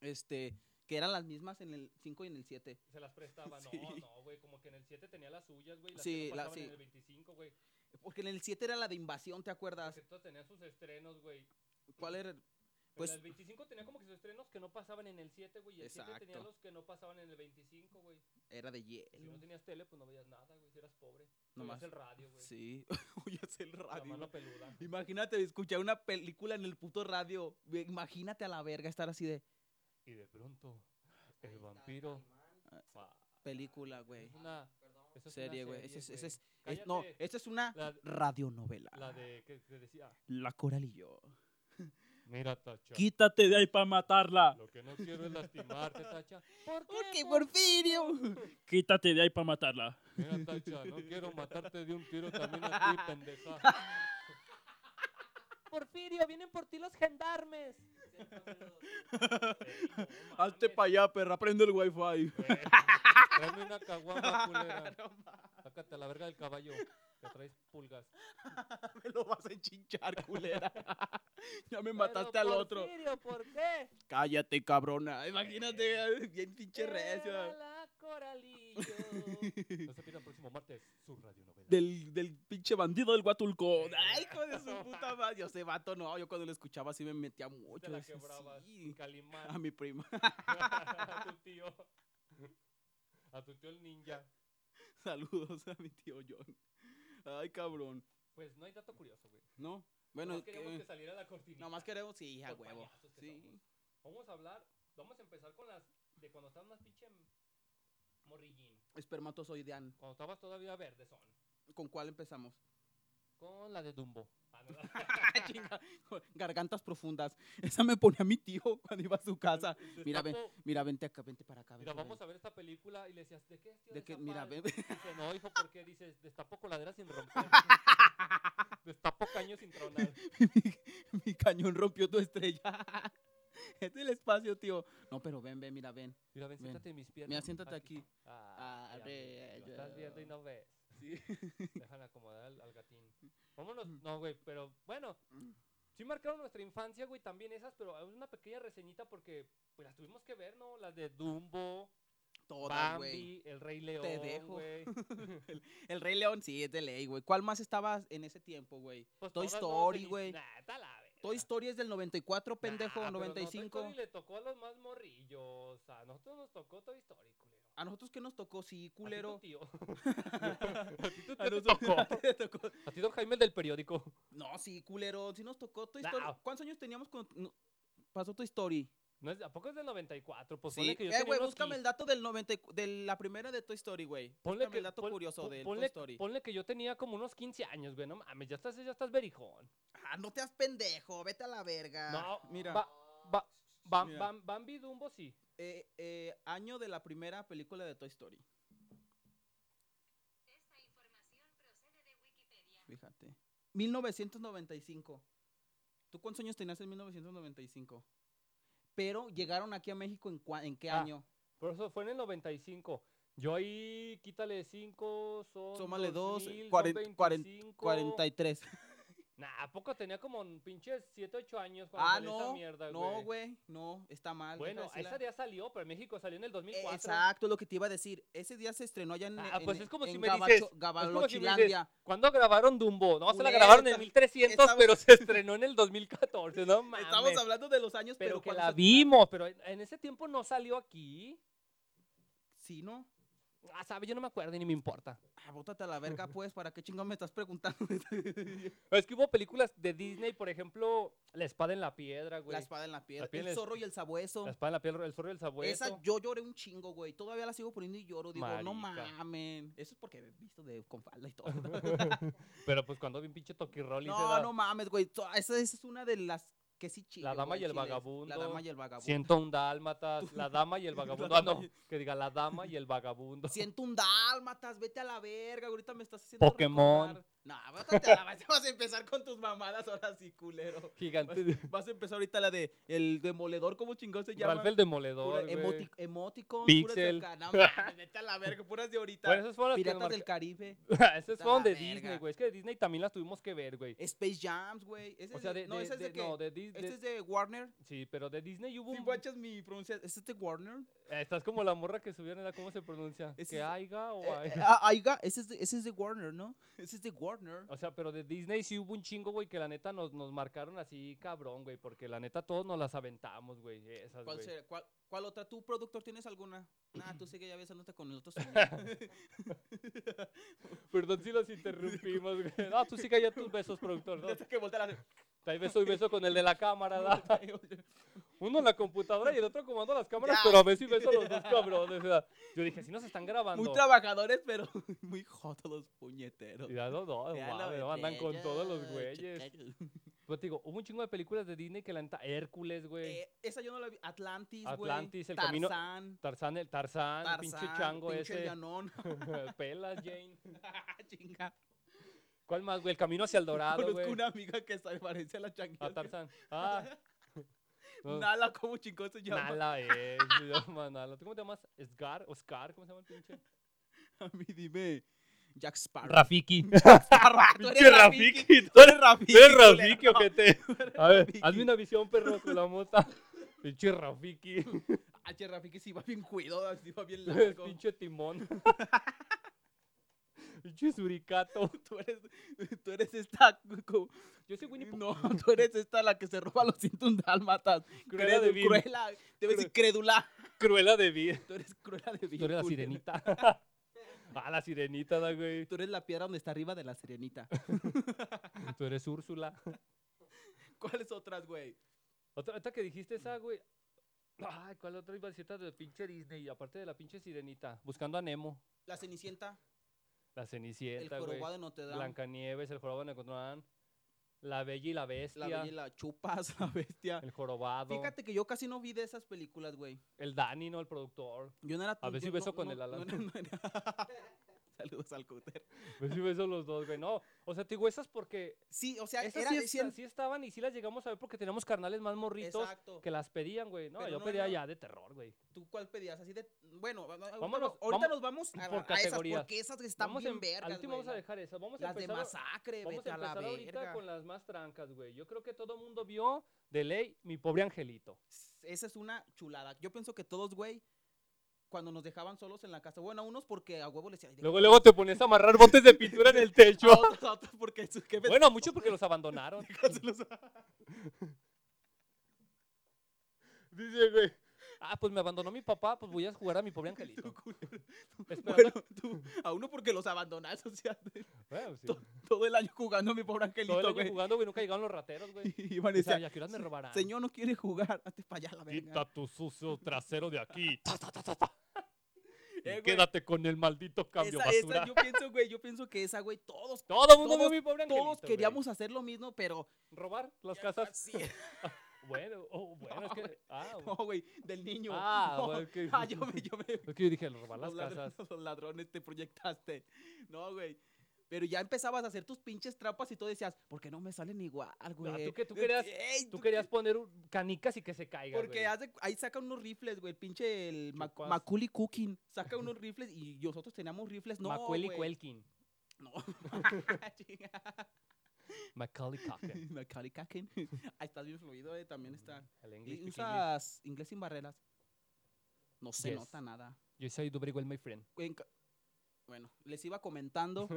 S2: Este, que eran las mismas en el 5 y en el 7.
S1: se las prestaban.
S2: Sí.
S1: No, no, güey, como que en el 7 tenía las suyas, güey, las
S2: Sí,
S1: sí, que
S2: la-
S1: no pasaban
S2: sí.
S1: en el 25, güey.
S2: Porque en el 7 era la de invasión, ¿te acuerdas?
S1: Porque todas tenían sus estrenos, güey.
S2: ¿Cuál era?
S1: Pues,
S2: Pues-
S1: en el 25 tenía como que sus estrenos que no pasaban en el 7, güey, y el 7 tenía
S2: Exacto.
S1: los que no pasaban en el 25, güey.
S2: Era de
S1: Si no
S2: hielo.
S1: tenías tele, pues no veías nada, güey, si eras pobre. No
S2: Nomás.
S1: el radio, güey.
S2: Sí. Oías el
S1: La
S2: radio.
S1: mano peluda.
S2: Imagínate escuchar una película en el puto radio. ve- Imagínate a la verga estar así de
S1: Y de pronto, el vampiro.
S2: Ah,
S1: fa-
S2: película, güey.
S1: Ah, Es una eso es una
S2: Ah, Serie, güey.
S1: serie,
S2: Ese es- ese es-
S1: güey.
S2: es- no,
S1: Cállate,
S2: esta es Ah. una
S1: la,
S2: radionovela.
S1: la de que, que decía,
S2: La Coral y yo.
S1: mira Tacha,
S2: Quítate de ahí para matarla.
S1: lo que no quiero es lastimarte, Tacha. ¿Por qué?
S2: Porque
S1: por-
S2: Porfirio.
S3: Quítate de ahí para matarla.
S1: Mira Tacha, no quiero matarte de un tiro también a ti, pendeja. Porfirio, vienen por ti los gendarmes.
S2: Hazte para allá, perra. Prende el wifi.
S1: Tráeme una caguama, culera. Sácate a la verga del caballo, que traes pulgas.
S2: Me lo vas a enchinchar, culera. ya me mataste al otro.
S1: Porfirio, ¿por qué?
S2: Cállate, cabrona. Imagínate, bien pinche recio.
S1: Era la coralillo. No se pierdan el próximo martes su radio novela.
S3: Del, del pinche bandido del
S1: Eh,
S3: Huatulco.
S2: Ay, hijo de su puta madre. Yo sé, vato, no. Yo cuando lo escuchaba así me metía mucho.
S1: Te la
S2: decía,
S1: quebrabas,
S2: "Sí".
S1: Calimán.
S2: A mi prima.
S1: a tu tío. A tu tío el ninja.
S2: Saludos a mi tío John. Ay, cabrón.
S1: Pues no hay dato curioso, güey.
S2: ¿No? Bueno,
S1: Nomás queríamos
S2: que-
S1: que saliera la cortina.
S2: nomás queremos, sí, a
S1: Los
S2: huevo.
S1: payasos que
S2: Sí.
S1: somos. Vamos a hablar, vamos a empezar con las de cuando estabas más pinche morrillín.
S2: Espermatozoidean.
S1: Cuando estabas todavía verde son.
S2: ¿Con cuál empezamos?
S1: Con la de Dumbo.
S2: Ah, chinga. Gargantas profundas. Esa me ponía mi tío cuando iba a su casa. Mira, ve- Mira, vente acá, vente para acá.
S1: Mira,
S2: vente para
S1: vamos a ver esta película y le decías, ¿de qué es, tío?
S2: De
S1: esa
S2: que, mira,
S1: madre?"
S2: ven.
S1: Dice, no, hijo, porque dices, destapó coladera sin romper. destapó caño sin tronar.
S2: mi, mi cañón rompió tu estrella. es el espacio, tío. No, pero ven, ven, mira, ven.
S1: Mira, ven,
S2: Ven.
S1: siéntate en mis piernas.
S2: Mira, siéntate aquí.
S1: Ah,
S2: Ah,
S1: ya ves,
S2: bello.
S1: lo estás viendo y no ves.
S2: Sí. Mm.
S1: Dejan acomodar al, al gatín. Vámonos. No, güey, pero bueno. Sí marcaron nuestra infancia, güey, también esas, pero es una pequeña reseñita porque pues las tuvimos que ver, ¿no? Las de Dumbo,
S2: Todas, güey.
S1: Bambi, El Rey León,
S2: dejo.
S1: güey.
S2: El Rey León, sí, es de ley, güey. ¿Cuál más estaba en ese tiempo, güey?
S1: Pues
S2: Toy
S1: todas, ¿no?
S2: Story,
S1: Feliz-
S2: güey.
S1: Nah, está la verga.
S2: Toy Story es del 94, pendejo,
S1: Nah, pero no, Toy
S2: 95.
S1: Story le tocó a los más morrillos. A nosotros nos tocó Toy Story, culero. A ti
S2: A nosotros que nos tocó, sí,
S1: tu
S2: culero.
S1: tío. A ti tu tío
S2: A
S1: te
S2: nosotros-
S1: tocó.
S2: te tocó.
S1: A ti don Jaime el del periódico.
S2: No, sí, culero, sí nos tocó Toy
S1: Nah.
S2: Story. ¿Cuántos años teníamos cuando no- pasó Toy Story?
S1: No es, ¿A poco es del 94? Pues
S2: Sí,
S1: ponle que yo
S2: eh,
S1: tenía
S2: güey,
S1: unos
S2: búscame el dato del 90, y- de la primera de Toy Story, güey.
S1: Ponle
S2: Búscame
S1: que,
S2: el dato
S1: pon-
S2: curioso
S1: pon-
S2: de Toy
S1: ponle,
S2: Story.
S1: ponle que yo tenía como unos 15 años, güey. No mames, ya estás, ya estás berijón.
S2: Ah, no te has pendejo, vete a la verga.
S1: No,
S2: Ah, mira,
S1: ba- ba- Bam-
S2: Mira.
S1: Bam- Bambi y Dumbo sí.
S2: eh, eh, año de la primera película de Toy Story.
S4: Esta información procede de Wikipedia.
S2: Fíjate. 1995. ¿Tú cuántos años tenías en 1995? Pero llegaron aquí a México en, cua- en qué
S1: Ah,
S2: año?
S1: Por eso fue en el 95. Yo ahí quítale 5, son.
S2: Sómale dos,
S1: 2000, son
S2: cuarenta- cuarenta-
S1: 25.
S2: 43.
S1: Nah, ¿a poco tenía como un pinche 7, 8 años cuando
S2: Ah,
S1: salió esa
S2: no.
S1: mierda,
S2: no, güey. No, está mal.
S1: Bueno,
S2: déjame
S1: esa
S2: decirla.
S1: ya salió, pero en México salió en el 2004.
S2: Exacto, lo que te iba a decir. Ese día se estrenó allá en,
S1: Ah,
S2: en-
S1: pues es como si
S2: en
S1: me
S2: Gabacho-
S1: dices- es como si me
S2: Gabalochilandia.
S1: ¿Cuándo grabaron Dumbo? No, se la
S2: Culero,
S1: grabaron en
S2: esta-
S1: 1300,
S2: estamos-
S1: pero se estrenó en el 2014. No mames.
S2: Estamos hablando de los años, pero,
S1: pero que
S2: ¿cuándo
S1: la
S2: se-
S1: vimos, pero en, en ese tiempo no salió aquí.
S2: Sí, ¿no?
S1: Ah, sabe, yo no me acuerdo y ni me importa.
S2: Ah, bótate a la verga, pues, ¿para qué chingón me estás preguntando?
S1: Es que hubo películas de Disney, por ejemplo, La espada en la piedra, güey.
S2: la espada en la piedra,
S1: La piel
S2: el
S1: es-
S2: zorro y el sabueso.
S1: La espada en la piedra, el zorro y el sabueso.
S2: Esa yo lloré un chingo, güey. Todavía la sigo poniendo y lloro. Digo, no
S1: Marica.
S2: mamen. Eso es porque he visto de con falda y todo.
S1: pero pues cuando vi un pinche toquirrol y se
S2: no,
S1: da
S2: no mames, güey. To- Esa, esa es una de las que sí chillo,
S1: La dama
S2: güey,
S1: y el
S2: chiles. La
S1: vagabundo.
S2: dama y el vagabundo.
S1: Siento un dálmatas, la dama y el vagabundo. Ah,
S2: dama
S1: no,
S2: y-
S1: que diga la dama y el vagabundo.
S2: Siento un dálmatas, vete a la verga, ahorita me estás haciendo
S1: Pokémon.
S2: recordar. No, bótate a la verga, vas a empezar con tus mamadas ahora sí, culero.
S1: Gigante.
S2: Vas a empezar ahorita la de el demoledor, ¿cómo chingón Pues, se llama?
S1: Ralph el
S2: Pura-
S1: demoledor, güey.
S2: emoti- emoticons, puras de
S1: Pixel.
S2: acá, no mames, vete a la verga, puras de ahorita.
S1: Bueno, esas fueron las que
S2: Piratas
S1: nos
S2: del Caribe,
S1: marca- Esas
S2: a
S1: fueron
S2: la
S1: de
S2: verga.
S1: Disney, güey. Es que de Disney también las tuvimos que ver, güey.
S2: Space Jams, güey. Ese
S1: O
S2: es
S1: sea,
S2: de-
S1: de,
S2: no,
S1: de-
S2: ese es
S1: de-
S2: de, qué?
S1: no, de Dis-
S2: Este
S1: de-
S2: es de Warner.
S1: Sí, pero de Disney hubo
S2: Si
S1: un...
S2: guachas mi pronunciación, ¿este es de Warner?
S1: Eh, Estás como la morra que subieron, era ¿cómo se pronuncia?
S2: Ese
S1: ¿Que
S2: es-
S1: aiga o
S2: Eh, eh,
S1: aiga?
S2: ah, Aiga, ese es de, ese es de Warner, ¿no? Ese es de Warner.
S1: O sea, pero de Disney sí hubo un chingo, güey, que la neta nos, nos marcaron así cabrón, güey, porque la neta todos nos las aventamos, güey, esas,
S2: ¿Cuál,
S1: güey.
S2: será? ¿Cuál, cuál otra? ¿Tú, productor, tienes alguna? Nah, tú sigue ya besándote con el otro señor.
S1: Perdón si los interrumpimos, güey. No, tú sí calla tus besos, productor, ¿no?
S2: Hasta que voltea la-
S1: Trae beso y beso con el de la cámara, ¿da? Uno en la computadora y el otro comando las cámaras,
S2: Ya.
S1: pero beso y beso los dos cabrones, ¿verdad? Yo dije, si nos están grabando.
S2: Muy trabajadores, pero muy jotos los puñeteros.
S1: Ya no, no,
S2: Ya la
S1: mames, no, andan con
S2: botella,
S1: todos los güeyes.
S2: chiquero.
S1: Pues te digo, hubo un chingo de películas de Disney que la neta, Hércules, güey.
S2: Eh, esa yo no la vi. Atlantis, güey.
S1: Atlantis, el camino-
S2: Tarzán,
S1: Tarzán, el Tarzán, el
S2: Tarzán,
S1: pinche chango
S2: pinche
S1: ese.
S2: Llanón.
S1: Pelas, Jane.
S2: Chinga.
S1: ¿Cuál más, güey? El camino hacia el dorado,
S2: Conozco
S1: güey.
S2: una amiga que se parece a la changuita.
S1: A Tarzán. Ah. No,
S2: Nala, ¿cómo chingón se llama?
S1: Nala, eh. se llama Nala. ¿Tú cómo te llamas? ¿Scar? ¿Oscar? ¿Cómo se llama el pinche?
S2: A mí dime. Jack Sparrow.
S1: Rafiki.
S2: Sparrow, tú eres
S1: Pinche
S2: Rafiki.
S1: Rafiki.
S2: Tú eres Rafiki.
S1: ¡Es
S2: culero.
S1: Rafiki, ojete! A ver,
S2: Rafiki.
S1: hazme una visión, perro, con la mota. Pinche Rafiki.
S2: manches, ah, Rafi, que si va bien cuidado, así va bien largo.
S1: Pinche timón. Pinche suricato.
S2: tú, eres, tú eres esta... co-
S1: Yo soy Winnie Pooh.
S2: No, tú eres esta la que se roba los cintos dálmatas.
S1: Cruella de Vil.
S2: Cruela. Te voy a decir crédula.
S1: Cruela de vida.
S2: Tú eres cruela de Vil.
S1: Tú eres la
S2: culero.
S1: sirenita. ah, la sirenita, da, güey.
S2: Tú eres la piedra donde está arriba de la sirenita.
S1: Tú eres Úrsula.
S2: ¿Cuáles otras, güey?
S1: Otra, otra que dijiste
S2: Mm.
S1: esa, güey. Ay, ¿cuál otra iba a decir? Otra de pinche Disney, aparte de la pinche sirenita. Buscando a Nemo,
S2: La Cenicienta,
S1: la
S2: el
S1: Cenicienta, güey.
S2: jorobado de Notre Dame,
S1: Blancanieves, el jorobado de Notre Dame, la Bella y la Bestia,
S2: la bella y la chupas, la bestia.
S1: el jorobado,
S2: Fíjate que yo casi no vi de esas películas, güey.
S1: el Dani, ¿no? El productor.
S2: Yo no era
S1: A ver
S2: yo
S1: si beso
S2: no-
S1: con
S2: no-
S1: el Alan.
S2: no era- Saludos al cúter.
S1: Pues sí, esos los dos, güey. No, o sea, te digo, esas porque
S2: Sí, o sea,
S1: esas
S2: era
S1: sí,
S2: de
S1: esta-
S2: cien-
S1: sí estaban y sí las llegamos a ver porque teníamos carnales más morritos
S2: Exacto.
S1: que las pedían, güey. No,
S2: Pero
S1: yo
S2: no
S1: pedía
S2: era-
S1: ya de terror, güey.
S2: ¿Tú cuál pedías? Así de. Bueno, va- va- ahorita,
S1: Vámonos,
S2: nos- ahorita
S1: vamos
S2: nos vamos a,
S1: por
S2: a esas
S1: categorías.
S2: porque esas que están
S1: Vamos
S2: bien
S1: en-
S2: vergas.
S1: Al último
S2: güey,
S1: vamos a
S2: la-
S1: dejar esas. Vamos a
S2: Las de
S1: empezar. a-
S2: masacre,
S1: Vamos
S2: vete
S1: a
S2: a la
S1: empezar ahorita
S2: verga.
S1: con las más trancas, güey. Yo creo que todo mundo vio de ley mi pobre angelito.
S2: Esa es una chulada. Yo pienso que todos, güey, cuando nos dejaban solos en la casa, bueno, a unos porque a huevo les decía. "Ay,
S1: Luego,
S2: déjame
S1: luego te ponías a amarrar botes de pintura en el techo.
S2: a otros, a otros", porque sus jefes
S1: Bueno, muchos porque los abandonaron.
S2: se los-
S1: Dice, güey. Ah, pues me abandonó mi papá, pues voy a jugar a mi pobre
S2: Tú,
S1: angelito.
S2: culero.
S1: Esperando-
S2: Bueno, tú, a uno porque los abandonaste, o sea, de-
S1: Bueno, sí.
S2: to- todo el año jugando mi
S1: Todo
S2: pobre
S1: el
S2: angelito,
S1: año
S2: güey.
S1: jugando, güey, nunca llegaron los rateros, güey.
S2: Y iban y
S1: O sea,
S2: decían,
S1: ¿y a qué horas me robarán?
S2: señor no quiere jugar, hazte para allá la verga.
S1: Quita tu sucio trasero de aquí. Ta, ta, ta, ta, ta. Y
S2: Eh, güey,
S1: quédate con el maldito cambio
S2: esa,
S1: basura.
S2: esa, yo pienso, güey, yo pienso que esa, güey, todos,
S1: Todo el mundo
S2: todos-
S1: vio mi pobre angelito.
S2: todos
S1: güey.
S2: queríamos hacer lo mismo, pero...
S1: robar las casas.
S2: Sí,
S1: Bueno, oh, bueno,
S2: No,
S1: es que.
S2: güey.
S1: Ah,
S2: no, güey, del niño.
S1: Ah,
S2: no.
S1: bueno, es que-
S2: Ah, yo me, yo me,
S1: Es que yo dije, robar las
S2: los ladrones,
S1: casas.
S2: los ladrones te proyectaste. No, güey. Pero ya empezabas a hacer tus pinches trampas y tú decías, ¿por qué no me salen igual, güey?
S1: Ah,
S2: Eh,
S1: tú que- tú querías-
S2: Ey,
S1: Tú
S2: tú-
S1: querías poner un- canicas y que se caiga.
S2: Porque hace- ahí saca unos rifles, güey, el pinche el Mac-
S1: Chupas.
S2: Macaulay Cooking. Saca unos rifles y nosotros teníamos rifles. No,
S1: Macaulay
S2: güey.
S1: Culkin.
S2: No.
S1: Macaulay Culkin. Mm,
S2: Macaulay Culkin. Ahí estás bien fluido, eh, también está.
S1: El
S2: ¿Y
S1: inglés. speak English.
S2: ¿Usas inglés sin barreras? No se
S1: Yes.
S2: nota nada.
S1: Yo soy do very well, my friend.
S2: En ca- Bueno, les iba comentando.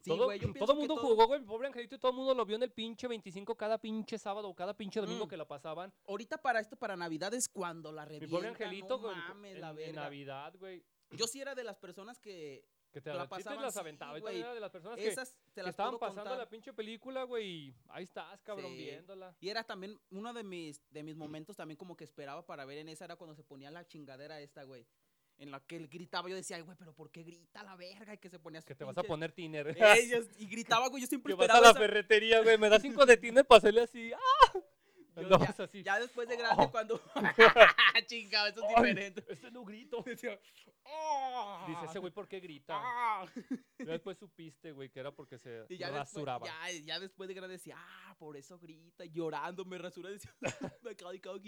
S2: Sí,
S1: todo
S2: güey, yo
S1: todo
S2: pienso que
S1: mundo
S2: todo-
S1: jugó, güey, mi pobre angelito, y todo el mundo lo vio en el pinche 25 cada pinche sábado, cada pinche domingo
S2: Mm.
S1: que la pasaban.
S2: Ahorita para esto, para Navidad es cuando la revienta.
S1: Mi pobre angelito,
S2: no
S1: güey,
S2: mames,
S1: en,
S2: la
S1: en
S2: verga.
S1: Navidad, güey,
S2: Yo sí era de las personas que
S1: que te
S2: La
S1: la sí te
S2: pasaban,
S1: las
S2: sí,
S1: aventaba. Yo
S2: güey.
S1: también era de las personas que,
S2: esas te
S1: que
S2: las
S1: estaban
S2: puedo
S1: pasando
S2: contar.
S1: la pinche película, güey, y ahí estás, cabrón,
S2: Sí.
S1: viéndola.
S2: Y era también uno de mis, de mis momentos también como que esperaba para ver en esa era cuando se ponía la chingadera esta, güey. En la que él gritaba, yo decía, "Ay, güey, pero ¿por qué grita la verga? Y que se ponía
S1: Que
S2: sus
S1: te vas a
S2: pinches-
S1: poner tiner.
S2: Ey, yo- y gritaba, güey, yo siempre
S1: que vas
S2: esperaba
S1: a la
S2: esa-
S1: ferretería, güey, me da cinco de tiner para hacerle así. ¡Ah!
S2: yo
S1: Andabas
S2: ya,
S1: así.
S2: ya después de grande
S1: Oh.
S2: cuando... Chingado, eso es
S1: Ay. Oh.
S2: diferente.
S1: Este no grito.
S2: Decía,
S1: Dice ese güey, ¿por qué grita?
S2: "Ah".
S1: Ya después pues supiste, güey, que era porque se
S2: Y ya después,
S1: rasuraba.
S2: ya, ya después de grande decía, ah, por eso grita, llorando, me rasura, decía, me acabo de cagar".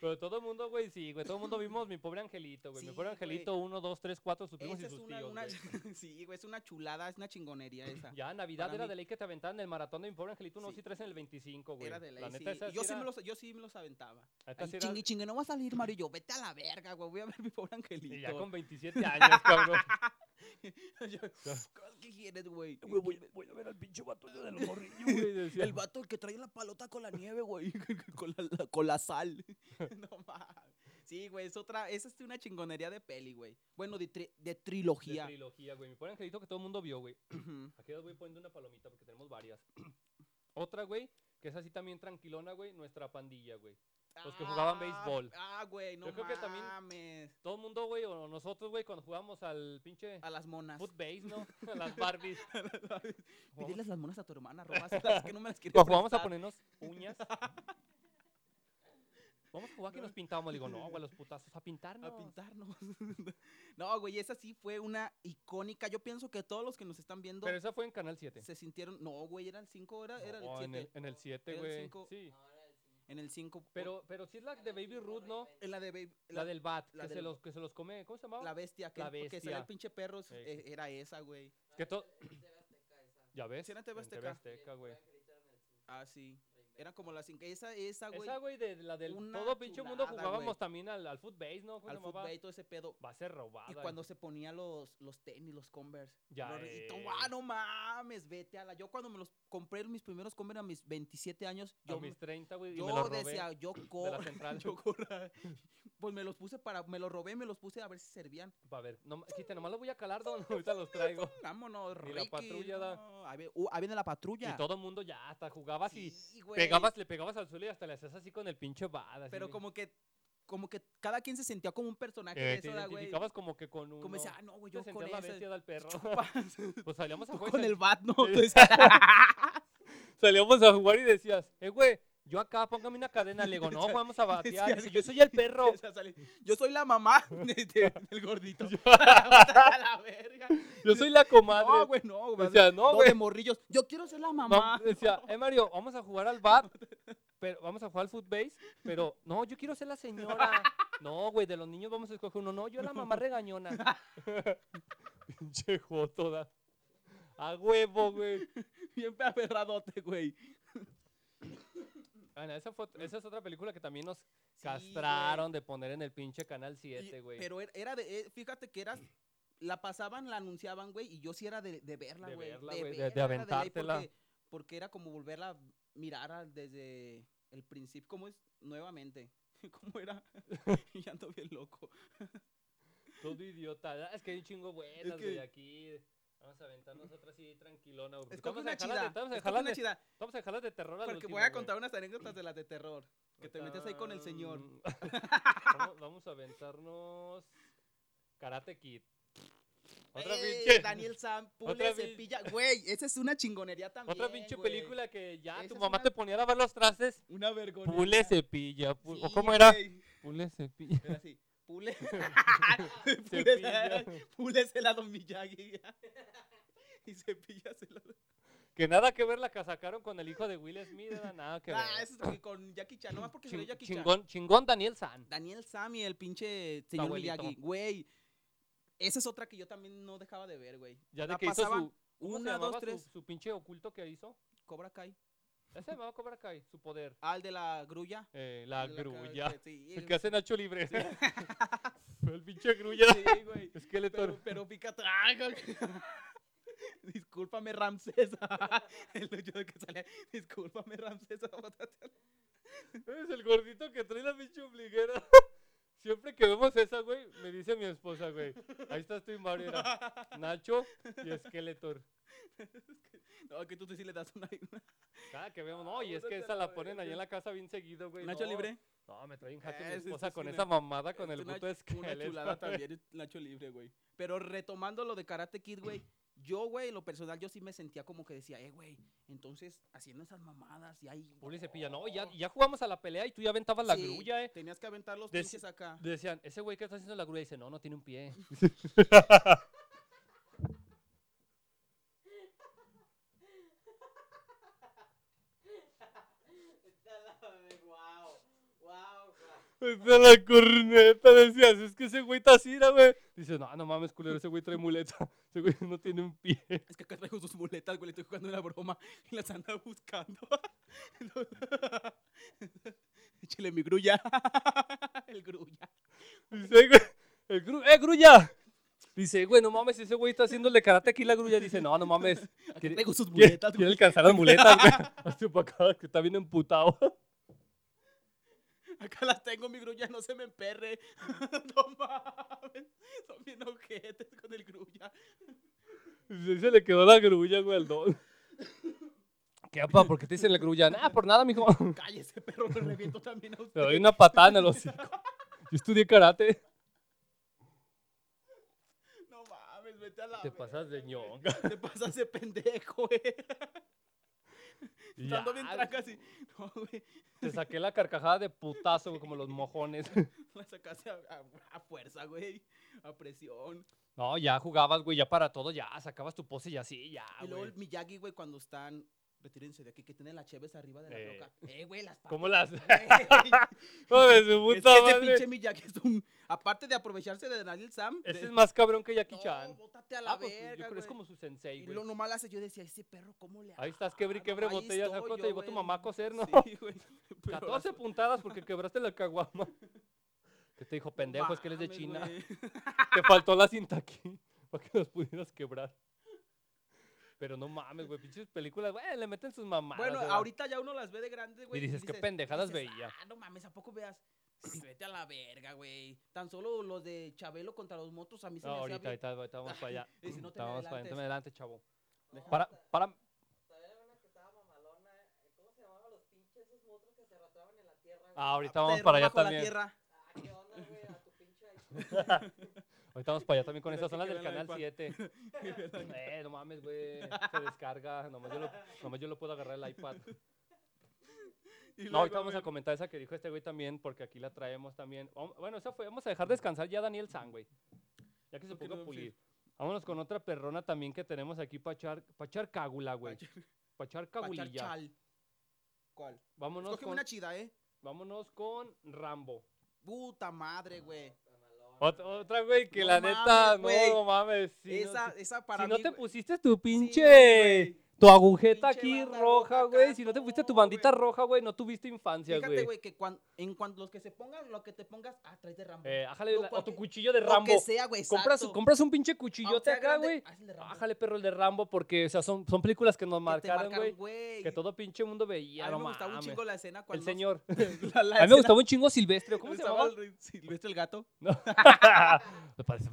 S1: Pero todo el mundo, güey, sí, güey. Todo el mundo vimos mi pobre angelito, güey. mi
S2: Sí,
S1: pobre
S2: güey.
S1: angelito, uno, dos, tres, cuatro, sus primos y
S2: Esa es
S1: sus
S2: una,
S1: tíos,
S2: una-
S1: güey.
S2: sí, güey, es una chulada, es una chingonería esa.
S1: Ya, Navidad
S2: Para
S1: era
S2: mí-
S1: de ley que te aventaban el maratón de mi pobre angelito, unos
S2: Sí.
S1: y tres en el 25, güey.
S2: Era de ley,
S1: La neta,
S2: sí.
S1: esa
S2: Y Yo
S1: sí
S2: sí,
S1: era-
S2: me los, yo sí me los aventaba.
S1: neta
S2: Ay,
S1: sí era-
S2: chingue, chingue, no va a salir Mario. Y Yo, vete a la verga, güey. Voy a ver mi pobre angelito.
S1: Y ya con 27 años, cabrón.
S2: Yo,
S1: Ya.
S2: ¿Qué quieres, güey?
S3: Güey, voy, voy a ver al pinche vato ese de los morrillos.
S1: Yo, güey, decía,
S2: El vato el que trae la palota con la nieve, güey. con, la, la- con la sal. no mames. Sí, güey, es otra. Esa es este, una chingonería de peli, güey. Bueno, de, tri- de
S1: de
S2: trilogía.
S1: trilogía, güey. Mi pobre angelito que todo el mundo vio, güey.
S2: Ujú.
S1: Aquí les voy poniendo una palomita porque tenemos varias. Otra, güey, que es así también tranquilona, güey. Nuestra pandilla, güey. Los que jugaban
S2: Ah,
S1: béisbol.
S2: Ah, güey, no
S1: Yo creo que también-
S2: mames.
S1: Todo el mundo, güey, o nosotros, güey, cuando jugábamos al pinche
S2: A las monas.
S1: foot base, ¿no? A las Barbies. Jugamos-
S2: Pídeles las monas a tu hermana, robaselas, que no me las quieres
S1: Cuando jugábamos a
S2: prestar.
S1: ponernos uñas. Vamos a jugar que nos pintamos. Le digo, no, güey, los putazos a pintarnos.
S2: a pintarnos. no, güey, esa sí fue una icónica. Yo pienso que todos los que nos están viendo
S1: Pero esa fue en Canal 7.
S2: se sintieron. No, güey, eran 5, era, era
S1: No,
S2: el
S1: en el,
S2: 7.
S1: en el 7,
S2: Era el
S1: güey.
S2: cinco. Ah,
S1: Sí.
S2: En el 5.
S1: Pero, pero sí es la de Baby Ruth, ¿no?
S2: en la de Babe-
S1: La,
S2: la,
S1: del bat,
S2: la
S1: que, se
S2: del-
S1: los, que se los come. ¿Cómo se llamaba?
S2: la bestia, que,
S1: La
S2: que salía
S1: bestia.
S2: el pinche perro, es-
S1: Ey.
S2: eh, era esa, güey.
S1: Que to- ¿Ya ves?
S2: Sí, era en TV
S1: En TV
S2: Azteca.
S1: Azteca, güey.
S2: Ah, sí. Era como la 5. Esa, esa, güey.
S1: Esa, güey, de, de la del
S2: una
S1: todo pinche mundo
S2: chulada,
S1: jugábamos
S2: güey.
S1: también al, al footbase, ¿no? ¿Cómo
S2: al
S1: se llamaba?
S2: fútbol y todo ese pedo.
S1: Va a ser robada.
S2: Y cuando se ponía los, los tenis, los Converse.
S1: Ya
S2: los riditos,
S1: es.
S2: "Ah, no mames, vete a la. Yo cuando me los compré mis primeros Converse a mis 27 años,
S1: yo
S2: yo,
S1: a mis 30, güey, y me
S2: yo
S1: lo robé
S2: decía, yo
S1: de la
S2: corro.
S1: central.
S2: Yo corra- Pues me los puse para, me los robé, me los puse a ver si servían. "Mm,
S1: Va a ver, no, quita, nomás los voy a calar, don, ahorita los traigo.
S2: Vámonos,
S1: Ni la
S2: Ricky,
S1: patrulla da.
S2: no, ahí, ve- uh, ahí viene la patrulla.
S1: Y todo el mundo ya hasta jugabas
S2: Sí,
S1: y
S2: güey.
S1: pegabas, le pegabas al suelo y hasta le hacías así con el pinche bada. así
S2: Pero
S1: de-
S2: como que, como que cada quien se sentía como un personaje de
S1: Eh, te
S2: eso, da, güey.
S1: identificabas como que con uno.
S2: Como decía, ah, no, güey,
S1: te
S2: yo con
S1: sentías la
S2: ese.
S1: bestia del perro.
S2: chupas,
S1: Pues salíamos a
S2: tú
S1: jugar. y
S2: con
S1: sal-
S2: el bat, ¿no?
S1: Sí.
S2: Entonces,
S1: Salíamos a jugar y decías, eh, güey, yo acá, póngame una cadena. Le digo, no, vamos a batear.
S2: Decías-
S1: Dice, yo soy el perro.
S2: empieza a salir, Yo soy la mamá de- de- del gordito.
S1: Yo-
S2: a la verga.
S1: Yo soy la comadre.
S2: No, güey, no, güey.
S1: Decía, no,
S2: Dos
S1: güey.
S2: de morrillos. Yo quiero ser la mamá.
S1: Mam- Decía, eh, Mario, vamos a jugar al bar. Pero vamos a jugar al footbase, pero no, yo quiero ser la señora. No, güey, de los niños vamos a escoger uno. No, yo la mamá regañona. Pinche toda. A huevo, güey.
S2: Bien aferradote, güey.
S1: Ana, esa, fue ot- esa es otra película que también nos
S2: Sí,
S1: castraron de poner en el pinche Canal
S2: güey.
S1: 7,
S2: Y-
S1: güey.
S2: Pero era- era de. eh, Fíjate que era. La pasaban, la anunciaban, güey. Y yo sí era de, de verla,
S1: De
S2: güey.
S1: verla, güey, de- de
S2: verla, ley,
S1: aventártela.
S2: Porque, porque era como volverla a mirar al- desde el principio. ¿Cómo es? Nuevamente. ¿Cómo era? ya ando bien loco.
S1: Pues Todo idiota. Ah, Es que hay un chingo buenas,
S2: que-
S1: güey, aquí. Vamos a aventarnos otra así tranquilona. güey.
S2: Escoge
S1: Vamos a
S2: una
S1: dejarlas de-
S2: chida.
S1: Vamos a
S2: Escoge
S1: dejarlas
S2: una
S1: de-
S2: chida.
S1: vamos a dejarlas de terror al
S2: Porque
S1: último,
S2: voy a
S1: güey.
S2: contas unas anécdotas de las de terror. Que te metes ahí con el señor.
S1: Mm. vamos, vamos a aventarnos Karate Kid. Otra
S2: Ey,
S1: pinche,
S2: Daniel Sam,
S1: Otra
S2: Pule,
S1: pin-
S2: Cepilla. Güey, esa es una chingonería también.
S1: otra pinche
S2: güey.
S1: película que ya
S2: Esa
S1: tu
S2: es
S1: mamá
S2: una-
S1: te ponía a lavar los trastes.
S2: Una vergüenza.
S1: Pule cepilla. pu- ¿O
S2: Sí,
S1: cómo era?
S2: güey.
S1: Pule cepilla.
S2: Era así. Pule.
S1: Cepilla.
S2: Pule, Pule se la don Miyagi. y Cepilla se la
S1: Que nada que ver la que sacaron con el hijo de Will Smith. era Nada que ver.
S2: Ah, eso es porque con Jackie Chan. Nomás porque se
S1: Chin-
S2: ve Jackie Chan.
S1: chingón, chingón Daniel San.
S2: Daniel Sam y el pinche señor
S1: abuelito.
S2: Miyagi. Güey. Esa es otra que yo también no dejaba de ver, güey.
S1: Ya de
S2: La
S1: que hizo
S2: pasaban
S1: su. ¿cómo se
S2: Una,
S1: llamaba
S2: dos,
S1: su-
S2: tres.
S1: Su, pinche oculto que hizo.
S2: Cobra Kai.
S1: Ese llamaba Cobra Kai, su poder.
S2: Ah, el de la grulla.
S1: Eh, la
S2: El de
S1: grulla.
S2: ca- Sí,
S1: El
S2: el-
S1: que hace Nacho Libre. el pinche grulla.
S2: sí, güey.
S1: Esqueleto.
S2: Pero, pero pica trago. Discúlpame, Ramsés. el hoyo que sale. Discúlpame, Ramsés.
S1: Es el gordito que trae la pinche ombliguera. Siempre que vemos esa, güey, me dice mi esposa, güey. Ahí estás tú y Mario. era Nacho y Skeletor.
S2: no, que tú sí le das una.
S1: Cada que vemos, no, y es que esa la ponen allá en la casa bien seguido, güey.
S2: Nacho
S1: no.
S2: libre.
S1: No, me trae un jaque
S2: Eh,
S1: mi
S2: sí, sí,
S1: esposa
S2: sí,
S1: con
S2: una-
S1: esa mamada con el
S2: Una-
S1: puto
S2: Este Una
S1: esqueleto.
S2: chulada también, Nacho libre, güey. Pero retomando lo de Karate Kid, güey. Yo, güey, en lo personal, yo sí me sentía como que decía, eh, güey, entonces haciendo esas mamadas y ahí.
S1: Puli se pilla, no, ya, ya jugamos a la pelea y tú ya aventabas la
S2: Sí,
S1: grulla, eh.
S2: Tenías que aventar los
S1: Des-
S2: pinches acá.
S1: Decían, ese güey que está haciendo la grulla dice, no, no tiene un pie. Está la corneta, decías, es que ese güey está así, era, güey. Dice, no, no mames, culero, ese güey trae muleta. Ese güey no tiene un pie.
S2: Es que acá traigo sus muletas, güey. Le estoy jugando una broma y las anda buscando. Échale mi grulla. El grulla.
S1: Dice, "Ay, güey, el gru- ¡eh, grulla! Dice, güey, no mames, ese güey está haciéndole karate aquí la grulla. Dice, no, no mames.
S2: Acá
S1: Quiere-
S2: traigo sus
S1: Quiere,
S2: muletas,
S1: quiere
S2: güey.
S1: alcanzar las muletas, güey. Hazte pa' acá, que está bien emputado.
S2: Acá las tengo, mi grulla, no se me emperre. No mames. Son bien ojetes con el grulla.
S1: Sí, se le quedó la grulla, güey, al don. ¿Qué, apa? ¿Por qué te dicen la grulla? Nada, por nada, mijo.
S2: Cállese, perro, me reviento también a
S1: Te
S2: usted.
S1: doy una patada en el hocico. Yo estudié karate.
S2: No mames, vete a la.
S1: Te
S2: verga,
S1: pasas de
S2: güey.
S1: ñonga.
S2: Te pasas de pendejo, güey. Estando bien
S1: Ya,
S2: trancas y. No, güey.
S1: Te saqué la carcajada de putazo, güey, como los mojones.
S2: La sacaste a, a- a fuerza, güey. A presión.
S1: No, ya jugabas, güey, ya para todo, ya sacabas tu pose y así, ya,
S5: Ah,
S2: y luego
S1: güey.
S2: el Miyagi, güey, cuando están retírense de aquí, que tienen las cheves arriba de la
S5: Eh.
S2: roca. Eh, güey, las
S5: ¿Cómo las.?
S2: papas.
S5: Joder, su
S2: Es que
S5: puta
S2: este
S5: madre.
S2: pinche Miyagi es un. Aparte de aprovecharse de Daniel Sam. de-
S5: Ese es más cabrón que Jackie
S2: No,
S5: Chan.
S2: bótate a la
S1: Ah, pues, yo
S2: verga.
S1: creo que es
S2: güey.
S1: como su sensei,
S2: y
S1: güey.
S2: lo nomás la hace. Yo decía, ese perro, ¿cómo le
S5: Ahí estás, quebre y
S2: hará?
S5: quebre
S2: Ahí
S5: botellas.
S2: estoy
S5: ¿Cuánto
S2: yo,
S5: te llevó tu
S2: güey.
S5: mamá a coser, no?
S2: Sí, güey. Pero
S1: 14
S2: las-
S1: puntadas porque quebraste la caguama. Que te dijo, pendejo, es que eres de
S2: Mames,
S1: China.
S2: güey.
S1: Te faltó la cinta aquí para que nos pudieras quebrar. Pero no mames, güey, pinches películas, güey, le meten sus mamadas.
S2: Bueno,
S1: ¿verdad?
S2: ahorita ya uno las ve de grande, güey.
S1: Y dices, qué pendejadas veía.
S2: Ah, no mames, ¿a poco veas? Vete a la verga, güey. Tan solo los de Chabelo contra los motos a mí se
S1: No,
S2: me hacía
S1: ahorita,
S2: bien-
S1: ahorita, ahorita vamos para allá.
S2: Y si no te me
S1: vamos para adelante,
S2: adelantes.
S1: me adelante, chavo.
S2: Déjame-
S1: Para, para,
S2: eh,
S1: Ah, ahorita vamos
S2: Perro
S1: para allá
S2: bajo la
S1: también.
S2: tierra.
S1: Ahorita vamos para allá también con
S2: Mira,
S1: esas
S2: que
S1: zonas
S2: queda
S1: del
S2: la de
S1: canal
S2: Juan.
S1: 7. eh, no mames, güey. Se descarga. Nomás yo, lo, nomás yo lo puedo agarrar el iPad.
S2: Y
S1: No, ahorita
S2: luego,
S1: vamos a comentar esa que dijo este güey también, porque aquí la traemos también. Vam- Bueno, esa fue. Vamos a dejar descansar ya a Daniel San, güey. Ya que se
S2: Ok, no,
S1: ponga a
S2: sí.
S1: pulir. Vámonos con otra perrona también que tenemos aquí para echar, pa' echar cágula, güey.
S2: Pachar-
S1: Para echar
S2: pachar
S1: cagulilla.
S2: chal. ¿Cuál?
S1: Vámonos
S2: Escógeme
S1: con,
S2: una chida, ¿eh?
S1: vámonos con Rambo.
S2: Puta madre, güey.
S5: Ot-
S1: oh,
S5: Otra, güey, que
S2: No
S5: la
S2: mames,
S5: neta,
S2: güey.
S5: no mames. sí, no,
S2: esa,
S5: sí.
S2: esa para
S1: si
S2: mí.
S1: no te
S2: güey-
S1: pusiste tu
S2: Sí,
S1: pinche.
S2: güey.
S1: tu agujeta
S2: pinche
S1: aquí
S2: banda
S1: roja,
S2: roja
S1: güey.
S2: acá,
S1: Si no te pusiste tu
S2: no,
S1: bandita
S2: güey.
S1: roja, güey, no tuviste infancia,
S2: Fíjate,
S1: güey.
S2: güey, que cuan- en cuanto los que se pongan, lo que te pongas, ah, traes de Rambo.
S1: Eh, ájale,
S2: No,
S1: la- o tu
S2: cualquier-
S1: cuchillo de
S2: Lo
S1: Rambo.
S2: que sea, güey,
S1: Compras,
S2: exacto.
S1: compras un pinche
S2: Aunque
S1: cuchillote
S2: sea
S1: acá,
S2: grande,
S1: güey.
S2: haz el de Rambo.
S1: Ájale, perro, el de Rambo, porque, o sea, son, son películas que nos
S2: Que te
S1: marcaron, güey.
S2: güey.
S1: Que todo pinche mundo
S2: A
S1: veía,
S2: mí
S1: no
S2: me gustaba un
S1: mames.
S2: chingo la escena
S1: El
S2: cuando...
S1: señor. A
S2: la- la
S1: mí me
S2: escena-
S1: gustaba un chingo Silvestre. ¿Cómo se
S2: estaba
S1: llamaba?
S2: el- Silvestre el gato.
S1: Me parece-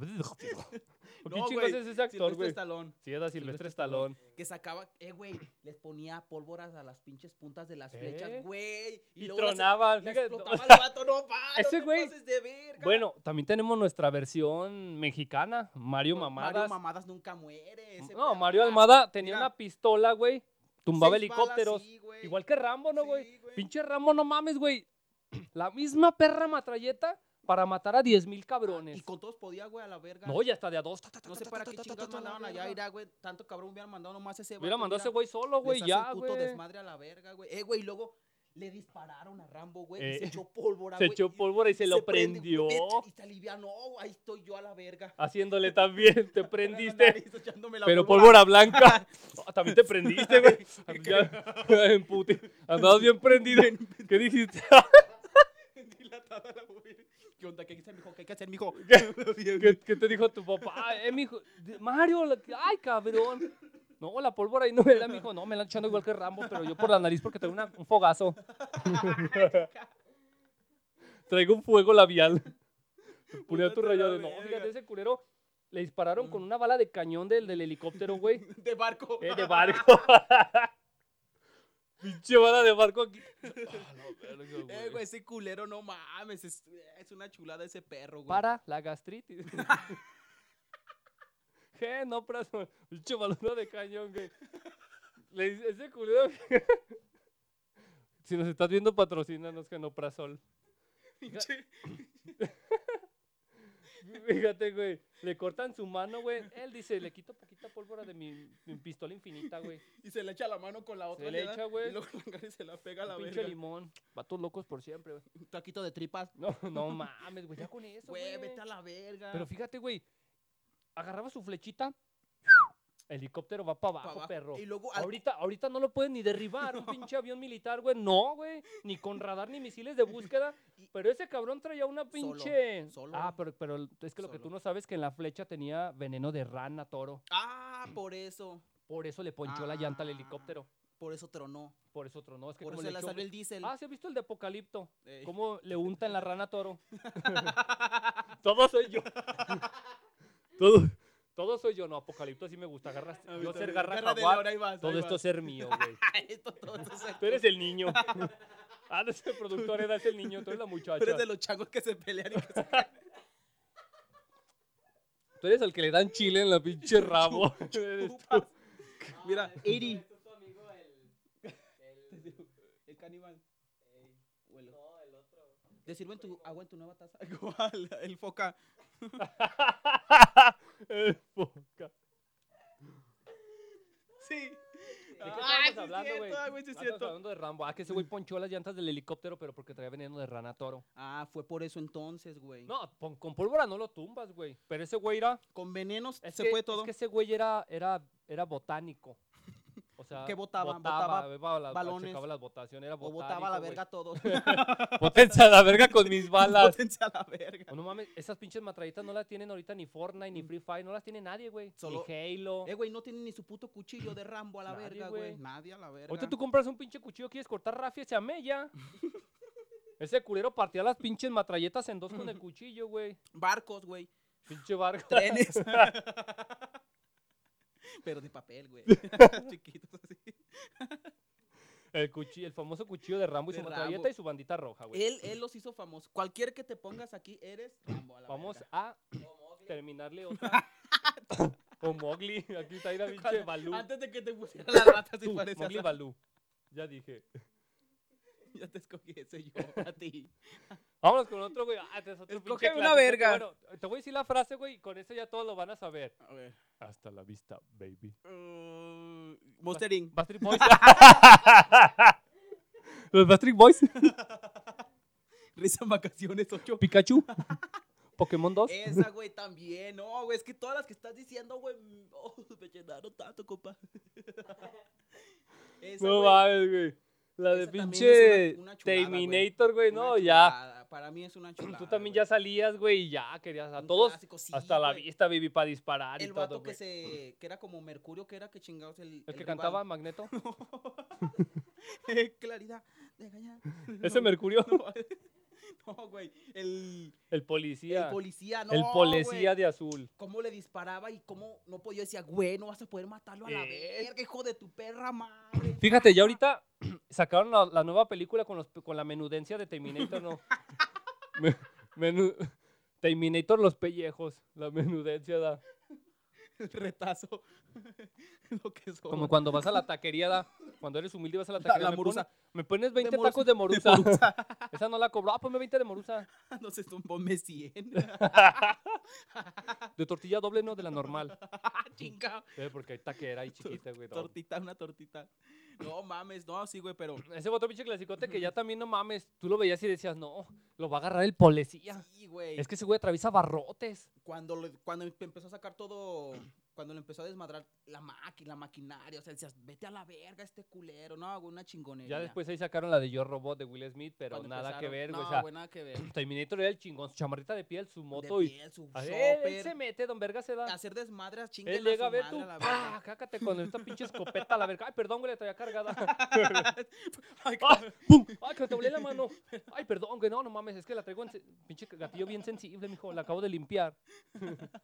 S1: ¿O ¿Qué
S2: No,
S1: chingo
S2: güey,
S1: es ese actor,
S2: Silvestre
S1: güey?
S2: Stallone.
S1: Sí, era
S2: Silvestre
S1: Silvestre Stallone.
S2: Que sacaba, eh, güey, les ponía pólvoras a las pinches puntas de las
S1: ¿Eh?
S2: flechas, güey.
S1: Y
S2: luego las-
S1: tronaban.
S2: la
S1: fíjate.
S2: explotaba el vato, no, va, no
S1: Ese
S2: te
S1: güey-
S2: pases de verga.
S1: Bueno, también tenemos nuestra versión mexicana, Mario Mamadas.
S2: Mario Mamadas nunca muere. ese
S1: no,
S2: pedo.
S1: Mario Almada tenía
S2: Mira.
S1: una pistola, güey. Tumbaba
S2: Seis
S1: helicópteros.
S2: balas, sí, güey.
S1: Igual que Rambo, ¿no, güey?
S2: Sí, güey.
S1: Pinche Rambo, no mames, güey. La misma perra matralleta para matar a 10 mil
S2: Y
S1: cabrones.
S2: con todos podía, güey, a la verga.
S1: No, ya está de a dos. ta, ta, ta,
S2: No
S1: ta,
S2: sé
S1: ta,
S2: para
S1: ta,
S2: qué
S1: ta, ta,
S2: chingados
S1: ta, ta,
S2: mandaban
S1: la
S2: allá,
S1: verga.
S2: irá, güey. Tanto cabrón hubieran mandado nomás ese
S1: Hubiera
S2: vato,
S1: mandado
S2: mira,
S1: ese güey solo, güey,
S2: les hace
S1: ya,
S2: el puto
S1: güey.
S2: desmadre a la verga, güey. Eh, güey, y luego le dispararon a Rambo, güey. y
S1: Eh,
S2: se echó pólvora,
S1: Se
S2: güey.
S1: echó
S2: y-
S1: pólvora y se, lo
S2: prende,
S1: prendió.
S2: güey, neta, Y se alivianó, ahí estoy yo a la verga.
S1: Haciéndole también, te
S2: La
S1: prendiste.
S2: nariz echándome la
S1: Pero pólvora blanca. Ah, también te prendiste, güey. Pues Ya, en puti. Andabas bien prendido. ¿Qué dijiste?
S2: Dilatada la mujer. ¿Qué onda? ¿Qué hay que hacer, mijo? ¿Qué hay que hacer, mijo?
S1: ¿Qué, qué te dijo tu papá? Eh, mijo, de- Mario, la- ay, cabrón. No, la pólvora ahí no me da, mijo. No, me la han echando igual que Rambo, pero yo por la nariz porque tengo una- un fogazo. Traigo un fuego labial. Ponía tu
S2: Puta
S1: rayo
S2: la
S1: de no.
S2: verga.
S1: Fíjate, ese culero le dispararon con una bala de cañón del, del helicóptero, güey.
S2: De barco.
S1: Eh, de barco. Pinche bala de barco aquí. Ah, la verga,
S2: Eh, güey, ese culero, no mames. Es, es una chulada ese perro, güey.
S1: Para la gastritis. ¿Qué? No, pero pinche balón de cañón, güey. Le dice, ese culero. si nos estás viendo, patrocínanos Genoprazol.
S2: Pinche-
S1: Fíjate, güey. Le cortan su mano, güey. Él dice, le quito poquita pólvora de mi, mi pistola infinita, güey.
S2: Y se le echa la mano con la otra.
S1: le
S2: da,
S1: echa, güey.
S2: Y luego la agarra y se la pega a la
S1: Un pinche
S2: verga.
S1: limón. Vatos locos por siempre, güey.
S2: Un taquito de tripas.
S1: No, no mames, güey. Ya con eso,
S2: Güey,
S1: güey.
S2: vete a la verga.
S1: Pero fíjate, güey. Agarraba su flechita. Helicóptero va para
S2: Pa'
S1: abajo,
S2: abajo.
S1: perro.
S2: Y luego al-
S1: Ahorita, ahorita no lo pueden ni derribar, un pinche avión militar, güey. No, güey. Ni con radar ni misiles de búsqueda.
S2: Y-
S1: Pero ese cabrón traía una pinche.
S2: solo.
S1: Ah, pero, pero el- es que lo que tú
S2: Solo.
S1: no sabes es que en la flecha tenía veneno de rana, toro.
S2: Ah, por eso.
S1: Por eso le ponchó la llanta al
S2: Ah.
S1: helicóptero.
S2: Por eso tronó.
S1: Por eso otro, no. Es que
S2: Por
S1: como
S2: eso
S1: le
S2: le
S1: echó-
S2: salió el diésel.
S1: Ah, ¿se ha visto el de Apocalipto?
S2: Ey.
S1: ¿Cómo le untan la rana toro? Todo soy yo. Todo, todo soy yo. No, Apocalipto sí me gusta. Garra,
S2: Ah,
S1: yo
S2: ahorita,
S1: ser
S2: ahorita.
S1: garra
S2: Agárrate,
S1: jaguar.
S2: ahora ahí vas,
S1: Todo
S2: ahí
S1: esto
S2: vas.
S1: ser mío, güey.
S2: Esto, todo esto se-
S1: Tú eres el niño. Ah, no es el productor, era el niño, tú eres la muchacha.
S2: Tú eres de los changos que se pelean y que se
S1: Tú eres el que le dan chile en la pinche rabo. Eres tú.
S2: chupan. Mira, Iri. El caníbal. No, el otro. ¿Te sirven tu agua en tu nueva taza? ¿Cuál? El foca.
S1: El foca.
S2: Sí.
S1: ¿De qué
S2: Ah, sí
S1: estábamos
S2: es
S1: hablando, güey?
S2: cierto, ah, güey, sí es
S1: Estábamos
S2: cierto.
S1: hablando de Rambo. Ah, que ese güey ponchó las llantas del helicóptero, pero porque traía veneno de rana toro.
S2: Ah, fue por eso entonces, güey.
S1: No, pon- con pólvora no lo tumbas, güey. Pero ese güey era...
S2: Con venenos
S1: Es
S2: se
S1: que,
S2: puede todo.
S1: Es que ese güey era, era, era botánico. O sea,
S2: ¿Qué botaba? Botaba
S1: botaba la-
S2: balones.
S1: Checaba las votaciones, era
S2: o
S1: botánico.
S2: botaba la
S1: güey.
S2: verga a todos.
S5: Potencia la verga con mis balas.
S2: Bótense a la verga.
S1: Oh, no mames, esas pinches matralletas no las tienen ahorita ni Fortnite, ni Free Fire, no las tiene nadie, güey.
S2: Solo-
S1: Ni Halo.
S2: Eh, güey, no tienen ni su puto cuchillo de Rambo a la
S1: Nadie,
S2: verga,
S1: güey.
S2: güey. Nadie a la verga.
S1: Ahorita tú compras un pinche cuchillo, quieres cortar rafia, se amella. Ese culero partía las pinches matralletas en dos con el cuchillo, güey.
S2: Barcos, güey.
S1: Pinche barco.
S2: Trenes. Pero de papel, güey. Chiquitos así.
S1: El, cuchillo, el famoso cuchillo de Rambo y
S2: De
S1: su matralleta
S2: Rambo. Eh,
S1: y su bandita roja, güey.
S2: Él, él los hizo famosos. Cualquier que te pongas aquí, eres Rambo a la
S1: Vamos
S2: verga.
S1: a terminarle otra. o Mowgli. Aquí está ahí la pinche
S2: Cuando-
S1: Balú.
S2: Antes de que te pusiera la rata, si
S1: Tú,
S2: parece
S1: Mowgli Balú. Ya dije.
S2: Ya te escogí ese yo a ti.
S1: Vámonos con otro, güey. Ah, este es otro pinche
S2: Escógeme una
S1: clásico que,
S2: verga.
S1: Bueno, te voy a decir la frase, güey. Con eso ya todos lo van a saber.
S2: A ver.
S5: Hasta la vista, baby.
S2: Uh, Monster Inc.
S1: Bastard Boys.
S5: Los Patrick Boys.
S2: Risa en vacaciones 8.
S1: Pikachu. Pokémon 2.
S2: Esa, güey, también. No, güey, es que todas las que estás diciendo, güey, mm, oh, me llenaron tanto, compa. Esa,
S5: No
S2: güey,
S5: mames, güey. La de
S2: Esa también
S5: pinche
S2: es una- una chulada, güey.
S5: Terminator, güey.
S2: una
S5: No, ya.
S2: chulada, Para mí es una chulada.
S1: Tú también
S2: güey.
S1: ya salías, güey, y ya querías a
S2: Un
S1: todos.
S2: clásico, sí,
S1: Hasta la
S2: güey.
S1: vista, baby, para disparar y
S2: El
S1: todo,
S2: vato
S1: güey.
S2: que se que era como Mercurio, que era que chingados
S1: El
S2: el
S1: que
S2: rival.
S1: cantaba Magneto.
S2: Eh, Claridad, de engañar.
S5: Ese Mercurio.
S2: No, güey, el,
S1: El
S2: el
S1: policía.
S2: policía, no,
S1: El policía
S2: güey.
S1: de azul.
S2: Cómo le disparaba y cómo no podía, decía, güey, no vas a poder matarlo a la
S1: Eh.
S2: verga, hijo de tu perra madre.
S1: Fíjate, ya ahorita sacaron la, la nueva película con, los, pe- con la menudencia de Terminator, ¿no? Me- menu- Terminator los pellejos, la menudencia da.
S2: El retazo. Lo que son.
S1: Como cuando vas a la taquería da. Cuando eres humilde y vas a la
S2: La-
S1: taquería.
S2: la
S1: me,
S2: morusa.
S1: pone- me pones 20
S2: morusa,
S1: tacos de
S2: de
S1: morusa.
S2: morusa.
S1: Esa no la cobró. Ah, ponme 20 de morusa.
S2: no sé, son ponme 100.
S1: De tortilla doble, no, de la normal.
S2: Chinga.
S1: Eh, porque hay taquera y chiquita, güey. no.
S2: Tortita, una tortita. No mames, no, sí, güey, pero.
S1: Ese botón pinche clasicote que ya también no mames. Tú lo veías y decías, no, lo va a agarrar el policía.
S2: Sí, güey.
S1: Es que ese güey atraviesa barrotes.
S2: cuando, lo- cuando empe- empezó a sacar todo, cuando le empezó a desmadrar la máquina, la maquinaria, o sea, decías, vete a la verga este culero, no, güey, una chingonería.
S1: Ya después ahí sacaron la de Yo Robot de Will Smith, pero
S2: Cuando
S1: nada que
S2: empezaron,
S1: ver, güey.
S2: No,
S1: o sea,
S2: güey, nada que ver.
S1: Terminator era el chingón, su chamarrita de piel, su moto
S2: de
S1: y.
S2: piel, su
S1: A ver, él
S2: shopper,
S1: se mete, don Verga se da.
S2: hacer desmadre, chingue
S1: Él
S2: a su
S1: llega a ver
S2: madre
S1: tú.
S2: a la
S1: ¡Ah!
S2: verga.
S1: Cácate con esta pinche escopeta a la verga. Ay, perdón, güey, la traía cargada.
S2: Ay,
S1: ¡Ah! ¡Pum! ¡Ay, que te volé la mano! ¡Ay, perdón, güey! No, no mames, es que la traigo en. se- Pinche gatillo bien sensible, mijo, la acabo de limpiar.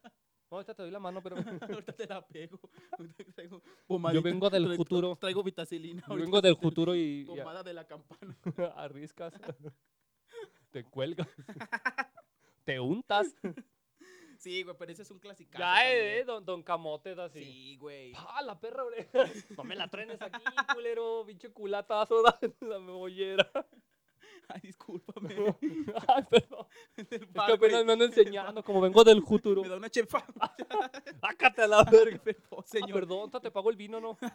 S1: No, ahorita te doy la mano, pero.
S2: Ahorita te la pego. Ahorita traigo pomadita,
S1: Yo vengo del
S2: traigo-
S1: futuro.
S2: Traigo vitacilina.
S1: Yo
S2: ahorita,
S1: vengo del futuro y. y a-
S2: Pomada de la campana.
S1: arriscas. Te cuelgas. Te untas.
S2: Sí, güey, pero ese es un clásico.
S1: Ya, eh, eh, don, don Camote, da así.
S2: Sí, güey.
S1: ¡Ah, la perra oreja! No me la trenes aquí, culero, pinche culatazo, da- la mollera.
S2: Ay, discúlpame.
S1: Ay, perdón.
S2: Del
S1: Es que
S2: bar, güey.
S1: apenas me ando enseñando, como vengo del futuro.
S2: Me da una chefa.
S1: ¡Ácate a la verga!
S2: Perdón,
S1: Ah,
S2: señor.
S1: perdón, ta, te pago el vino, ¿no? Me-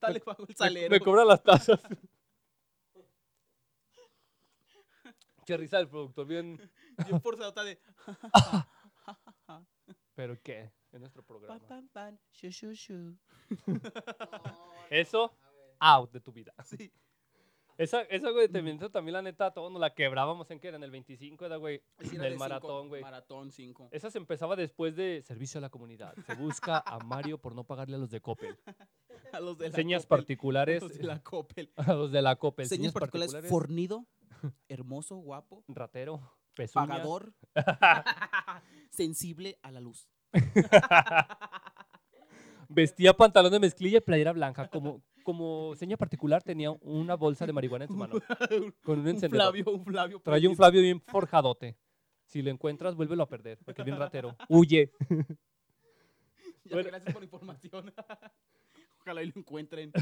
S2: Tal le pago el salero.
S1: Me, cobra las tazas. Qué risa del productor, bien.
S2: Bien forzado, tal de.
S1: ¿Pero qué? En nuestro programa.
S2: Pam, pam, pam. Shu, shu, shu.
S1: Eso, out de tu vida.
S2: Sí.
S1: Esa, esa güey, de Terminator también, la neta, todos nos la quebrábamos en que era en el 25, era, güey,
S2: Sí, era de
S1: del
S2: cinco,
S1: maratón, güey.
S2: Maratón 5.
S1: Esa se empezaba después de servicio a la comunidad. Se busca a Mario por no pagarle a los de Coppel.
S2: A los de la
S1: Señas
S2: Coppel,
S1: particulares. Pues
S2: A los de la Coppel.
S1: A los de la Coppel.
S2: Señas particulares. Fornido, hermoso, guapo,
S1: ratero. Pezuña.
S2: pagador, sensible a la luz.
S1: Vestía pantalón de mezclilla y playera blanca. Como, como seña particular tenía una bolsa de marihuana en su mano. Con un
S2: un
S1: encendedor.
S2: Flavio, un Flavio.
S1: Trae un
S2: Flavio.
S1: Flavio bien forjadote. Si lo encuentras, vuélvelo a perder, porque es bien ratero. Huye. Bueno.
S2: Gracias por la información. Ojalá y lo encuentren.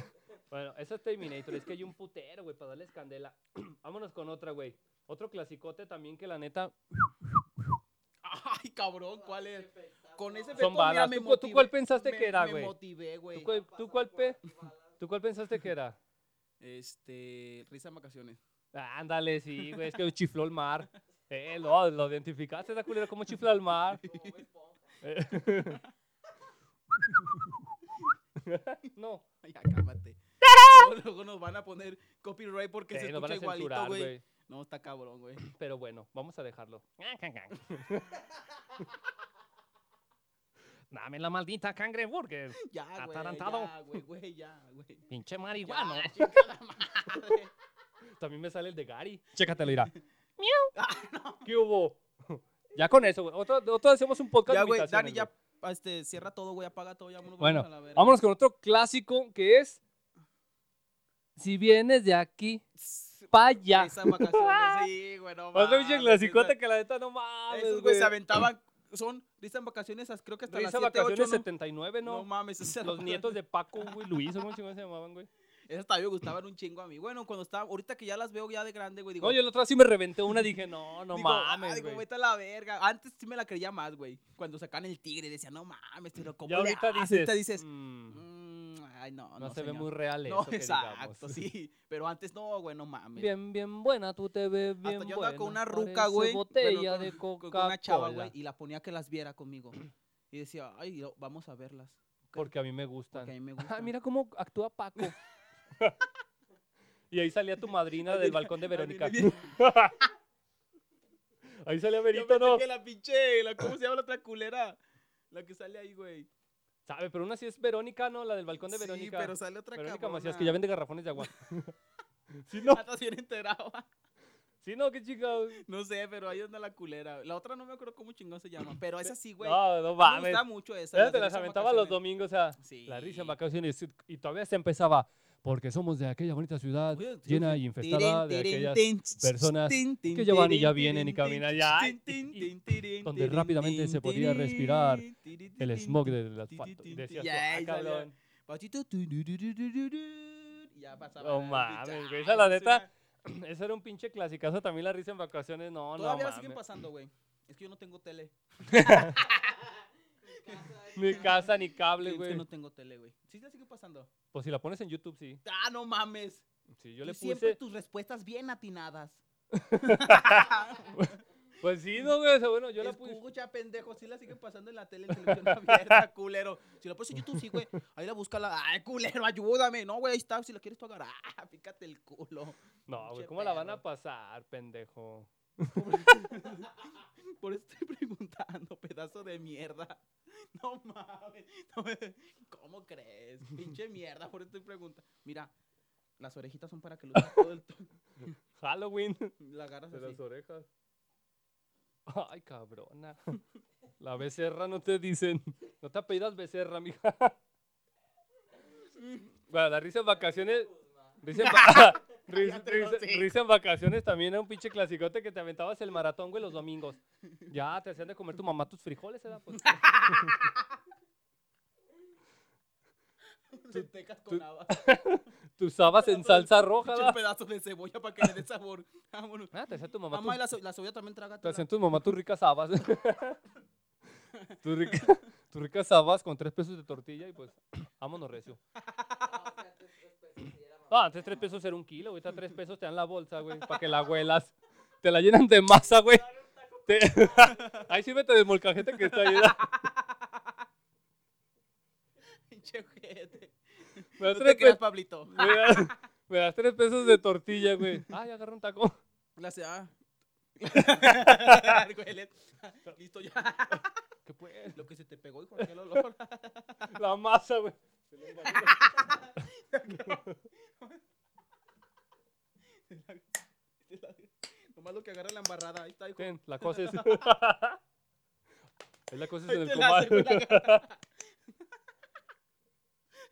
S1: Bueno, eso es Terminator. Es que hay un putero, güey, para darles candela. Vámonos con otra, güey. Otro clasicote también que la neta
S2: Ay, cabrón, ¿cuál es? Con ese
S6: Son
S2: efecto,
S1: balas.
S2: mira, me
S1: ¿Tú cu- tú cuál pensaste
S2: me-
S1: que era,
S2: Me
S1: güey?
S2: motivé, güey.
S1: ¿Tú cuál, tú cuál pe- ¿Tú cuál pensaste que era?
S2: Este, risa en vacaciones.
S1: Ándale, sí, güey, es que chifló el mar. Eh, lo, lo identificaste, esa culera, cómo chifla el mar. Eh. no,
S2: Ay, Ya, cálmate. Luego, luego nos van a poner copyright porque se
S1: eh, nos van
S2: escucha
S1: a
S2: igualito,
S1: censurar,
S2: güey.
S1: güey.
S2: No, está cabrón, güey.
S1: Pero bueno, vamos a dejarlo. Dame la maldita cangreburger,
S2: Ya, güey.
S1: Atarantado.
S2: Ya, güey, güey, ya, güey.
S1: pinche
S2: Ya,
S1: marihuana.
S2: chica la madre.
S1: También me sale el de Gary. Chécatelo, irá.
S2: Ah,
S1: ¿Qué hubo? ya con eso, güey. Otro, otro hacemos un podcast.
S2: Ya,
S1: de
S2: güey, Dani,
S1: imitaciones,
S2: ya,
S1: güey.
S2: este, cierra todo, güey, apaga todo, ya, vámonos,
S1: Bueno,
S2: a la verga.
S1: Vámonos con otro clásico que es. Si vienes de aquí para allá.
S2: Esas vacaciones, sí, güey, no
S1: Otro pinche
S2: mames,
S1: clasicota
S2: esa-
S1: que la neta no mames.
S2: Esos, güey, se aventaban, son, risa en vacaciones, as- creo que hasta
S1: Risa
S2: las 7,
S1: vacaciones
S2: 8,
S1: 79,
S2: ¿no?
S1: ¿no?
S2: No mames, o sea,
S1: Los nietos de Paco, güey, Luis, ¿cómo chingados se llamaban, güey?
S2: Esas también me gustaban un chingo a mí. Bueno, cuando estaba, ahorita que ya las veo ya de grande, güey, digo...
S1: No, yo el otro día sí me reventé una, dije, no, no
S2: digo, ah,
S1: mames,
S2: digo,
S1: güey.
S2: vete a la verga. Antes sí me la creía más, güey. Cuando sacan el tigre, decía, no mames, pero ¿cómo
S1: Ya
S2: le
S1: ahorita
S2: haces?
S1: dices,
S2: Ahorita dices,
S1: "Mm,
S2: mm, ay, no,
S1: no,
S2: no,
S1: se ve
S2: señor".
S1: muy real
S2: No,
S1: eso que
S2: exacto,
S1: digamos.
S2: sí. Pero antes no, güey, no mames.
S1: Bien, bien buena, tú te ves bien
S2: Hasta yo
S1: buena.
S2: andaba con una
S1: parece
S2: ruca, güey.
S1: botella
S2: bueno,
S1: de
S2: con- con
S1: coca
S2: una chava, güey, y la ponía que las viera conmigo. Y decía, ay, lo- vamos a verlas.
S1: Porque a mí me gustan.
S2: Porque a mí me
S1: Ah,
S2: gustan.
S1: mira cómo actúa Paco. y ahí salía tu madrina del balcón de Verónica.
S2: Yo
S1: Ahí salía Verito,
S2: pensé
S1: ¿no?
S2: que la pinche, la, ¿cómo se llama la otra culera? La que sale ahí, güey.
S1: Sabe, pero una sí es Verónica, ¿no? La del balcón de
S2: Sí,
S1: Verónica.
S2: pero sale otra
S1: Verónica
S2: cabrona.
S1: Macías, que ya vende garrafones de agua. sí, no.
S2: Hasta se hubiera enterado.
S1: Sí, no, qué chingados.
S2: No sé, pero ahí anda la culera. La otra no me acuerdo cómo chingón se llama, pero esa sí, güey.
S1: No, no
S2: me
S1: mames.
S2: gusta mucho esa.
S1: Ella
S2: de
S1: te las
S2: risa en
S1: aventaba los
S2: vacaciones.
S1: domingos, o sea, la risa en
S2: Sí.
S1: vacaciones. y- Y todavía se empezaba, porque somos de aquella bonita ciudad
S2: Oye, sí,
S1: llena
S2: sí.
S1: y infestada de
S2: Tirin, tirin,
S1: aquellas
S2: tin,
S1: personas
S2: tin, tin,
S1: que ya van y ya
S2: tirin,
S1: vienen y
S2: tirin,
S1: caminan
S2: tin,
S1: ya,
S2: tin,
S1: y-
S2: tin,
S1: y-
S2: tin, tirin,
S1: donde
S2: tirin,
S1: rápidamente
S2: tin,
S1: se podía respirar
S2: tirin, tirin,
S1: el
S2: tin,
S1: smog
S2: tin.
S1: del asfalto. Y
S2: tin,
S1: decías, tú,
S2: tin. Ya,
S1: "Ah,
S2: y salía-
S1: cabrón".
S2: Patito, tu, du, du, du, du, du, du, y ya pasaba.
S1: No
S2: la-
S1: mames, güey,
S2: Ay,
S1: esa la
S2: es
S1: neta-
S2: una-
S1: Ese era un pinche clasicazo también la risa en vacaciones. No, no,
S2: Todavía la siguen
S1: mames.
S2: pasando, güey. Es que yo no tengo tele.
S1: Ni casa, ni cable,
S2: Es que
S1: güey.
S2: no tengo tele, güey. Sí la siguen pasando.
S1: Pues si la pones en YouTube, sí.
S2: Ah, no mames.
S1: Sí, yo
S2: Tú
S1: le
S2: siempre
S1: puse.
S2: tus respuestas bien atinadas.
S1: Pues sí, no, güey. o sea, Bueno, yo la puse.
S2: Escucha, pendejo, si la siguen pasando en la tele en televisión abierta, culero. Si la pones en YouTube, sí, güey. Ahí la busca la... Ay, culero, ayúdame. No, güey, ahí está. Si la quieres tú agarrar, ah, pícate el culo.
S1: No, güey,
S2: pinche
S1: ¿cómo la van a
S2: perro.
S1: pasar, pendejo?
S2: Por eso estoy preguntando, pedazo de mierda. No mames. no me- ¿Cómo crees? Pinche mierda, por eso estoy preguntando. Mira, las orejitas son para que lo todo el... to-
S1: Halloween.
S2: La agarras
S1: De
S2: así.
S1: las orejas. Ay, cabrona. La becerra no te dicen. No te apellidas becerra, mija. Bueno, la risa en vacaciones. Risa en, va- risa,
S2: Cállate el
S1: risa-
S2: hocico.
S1: risa en vacaciones también era un pinche clasicote que te aventabas el maratón, güey, los domingos. Ya te hacían de comer tu mamá tus frijoles, ¿verdad? Pues,
S2: Lentejas con
S1: tú-
S2: habas.
S1: tus habas en salsa roja,
S2: Un
S1: ¿verdad?
S2: pedazo de cebolla para que le dé sabor. Vámonos.
S1: Ah, te hacía tu mamá.
S2: Mamá,
S1: tus-
S2: y la, ce- la cebolla también traga.
S1: Te hacían tu mamá tus ricas habas. tus, rica- tus ricas habas con tres pesos de tortilla y pues, vámonos recio. Ah, antes tres pesos era un kilo, ahorita tres pesos te dan la bolsa, güey, para que la huelas. Te la llenan de masa, güey. Te- Ahí sírvete de molcajete que está ahí. ¿verdad?
S2: Pinche ojete.
S1: Me das,
S2: No te
S1: tres
S2: creas,
S1: pesos,
S2: Pablito.
S1: me, das, me das tres pesos de tortilla, güey. Ay, agarra un taco.
S2: La ah. Huele. Ah, Listo ya.
S1: ¿Qué pues?
S2: Lo que se te pegó, hijo, aquel olor.
S1: La masa, güey.
S2: Nomás lo que agarra la embarrada. Ahí está, hijo.
S1: Ten, la cosa es. Es la cosa es en
S2: Ahí
S1: el
S2: te la
S1: comal.
S2: hace, güey, la agarra.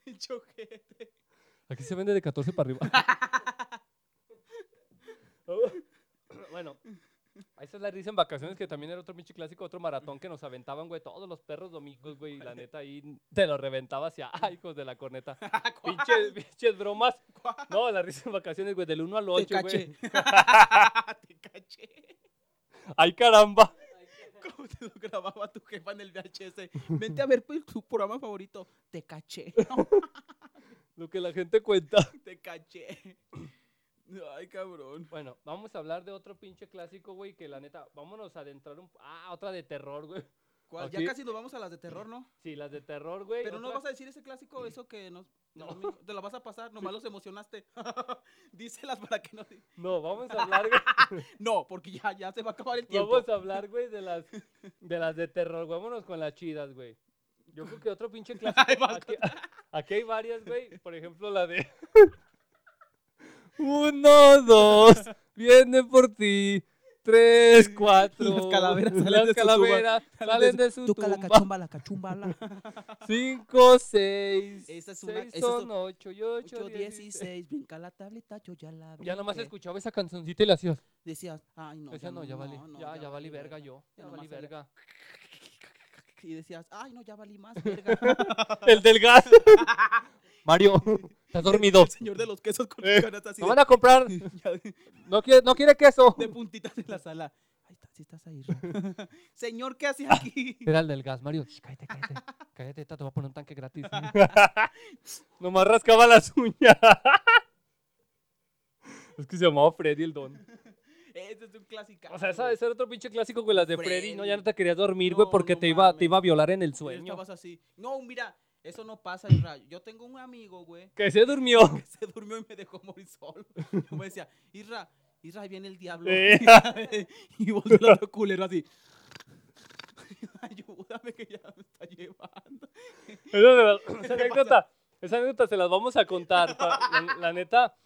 S2: Pinche ojete.
S1: Aquí se vende de 14 para arriba. bueno, esa es la risa en vacaciones, que también era otro pinche clásico, otro maratón que nos aventaban, güey, todos los perros domingos, güey, y la neta ahí te lo reventaba hacia, ay, hijos de la corneta. Pinches, pinches bromas.
S2: ¿Cuál?
S1: No, la risa en vacaciones, güey, del 1 al
S2: Te
S1: 8, güey.
S2: caché. Te caché.
S1: Ay, caramba.
S2: ¿Cómo te lo grababa tu jefa en el VHS. Vente a ver pues, tu programa favorito. Te caché.
S1: Lo que la gente cuenta.
S2: Te caché. Ay, cabrón.
S1: Bueno, vamos a hablar de otro pinche clásico, güey, que la neta, vámonos a adentrar un... Ah, otra de terror, güey.
S2: ¿Cuál? Ya
S1: Aquí-
S2: casi nos vamos a las de terror, ¿no?
S1: Sí, las de terror, güey.
S2: Pero no
S1: otra-
S2: vas a decir ese clásico, eso que nos...
S1: No.
S2: lo mismo, Te la vas a pasar, nomás los emocionaste. Díselas para que no... di-
S1: No, vamos a hablar, güey.
S2: No, porque ya, ya se va a acabar el tiempo.
S1: Vamos a hablar, güey, de las, de las de terror. güey. Vámonos con las chidas, güey. Yo creo que otro pinche clásico.
S2: Ahí va
S1: Aquí, aquí hay varias, güey. Por ejemplo, la de. Uno, dos, viene por ti. Tres, cuatro.
S2: Las calaveras
S1: las
S2: salen de su tumba.
S1: calaveras salen de su,
S7: Tú
S1: tumba.
S7: calacachumba, la cachumbala.
S1: Cinco, seis.
S2: Esa es una-
S1: seis
S2: esa es
S1: son
S2: otra-
S1: ocho y ocho,
S7: 8,
S1: dieciséis.
S7: 16, brinca la tableta, yo ya la vi.
S1: Ya nomás
S7: que
S1: escuchaba esa cancioncita y la hacías.
S7: Decías, ay, no.
S1: Decía, no, ya valí.
S7: no,
S1: ya, ya valí verga yo.
S7: Ya
S1: Ya valí
S7: nomás era-
S1: verga.
S7: Y decías, ay, no, ya valí más verga.
S1: El del gas. Mario, estás dormido.
S2: El señor de los quesos con
S1: Eh,
S2: las ganas así
S1: No
S2: de,
S1: van a comprar.
S2: ya de-
S1: No quiere, no quiere queso.
S2: de puntitas en la sala.
S7: Ahí está, sí estás ahí. Ra.
S2: Señor, ¿qué
S1: Ah.
S2: hace aquí?
S1: Era el del gas, Mario. "Shh, cállate, cállate. Cállate, ahorita te voy a poner un tanque gratis. Nomás rascaba las uñas. Es que se llamaba Freddy el don.
S2: Ese es un clásico.
S1: O sea, esa debe ser otro pinche clásico, güey, las de Freddy. No, ya no te querías dormir, güey,
S2: No,
S1: porque
S2: no
S1: te, iba, te
S2: mames.
S1: iba a violar en el
S2: Pero
S1: sueño.
S2: estabas así. No, mira, eso no pasa, Isra. Yo tengo un amigo, güey,
S1: Que se durmió.
S2: que se durmió y me dejó morir solo. Yo me decía, Isra, Isra, ahí viene el diablo.
S1: Eh.
S2: y volvió el otro culero así. Ayúdame que ya me está llevando.
S1: Esa, se la- esa
S2: pasa?
S1: anécdota, esa anécdota se las vamos a contar. pa- La, la neta,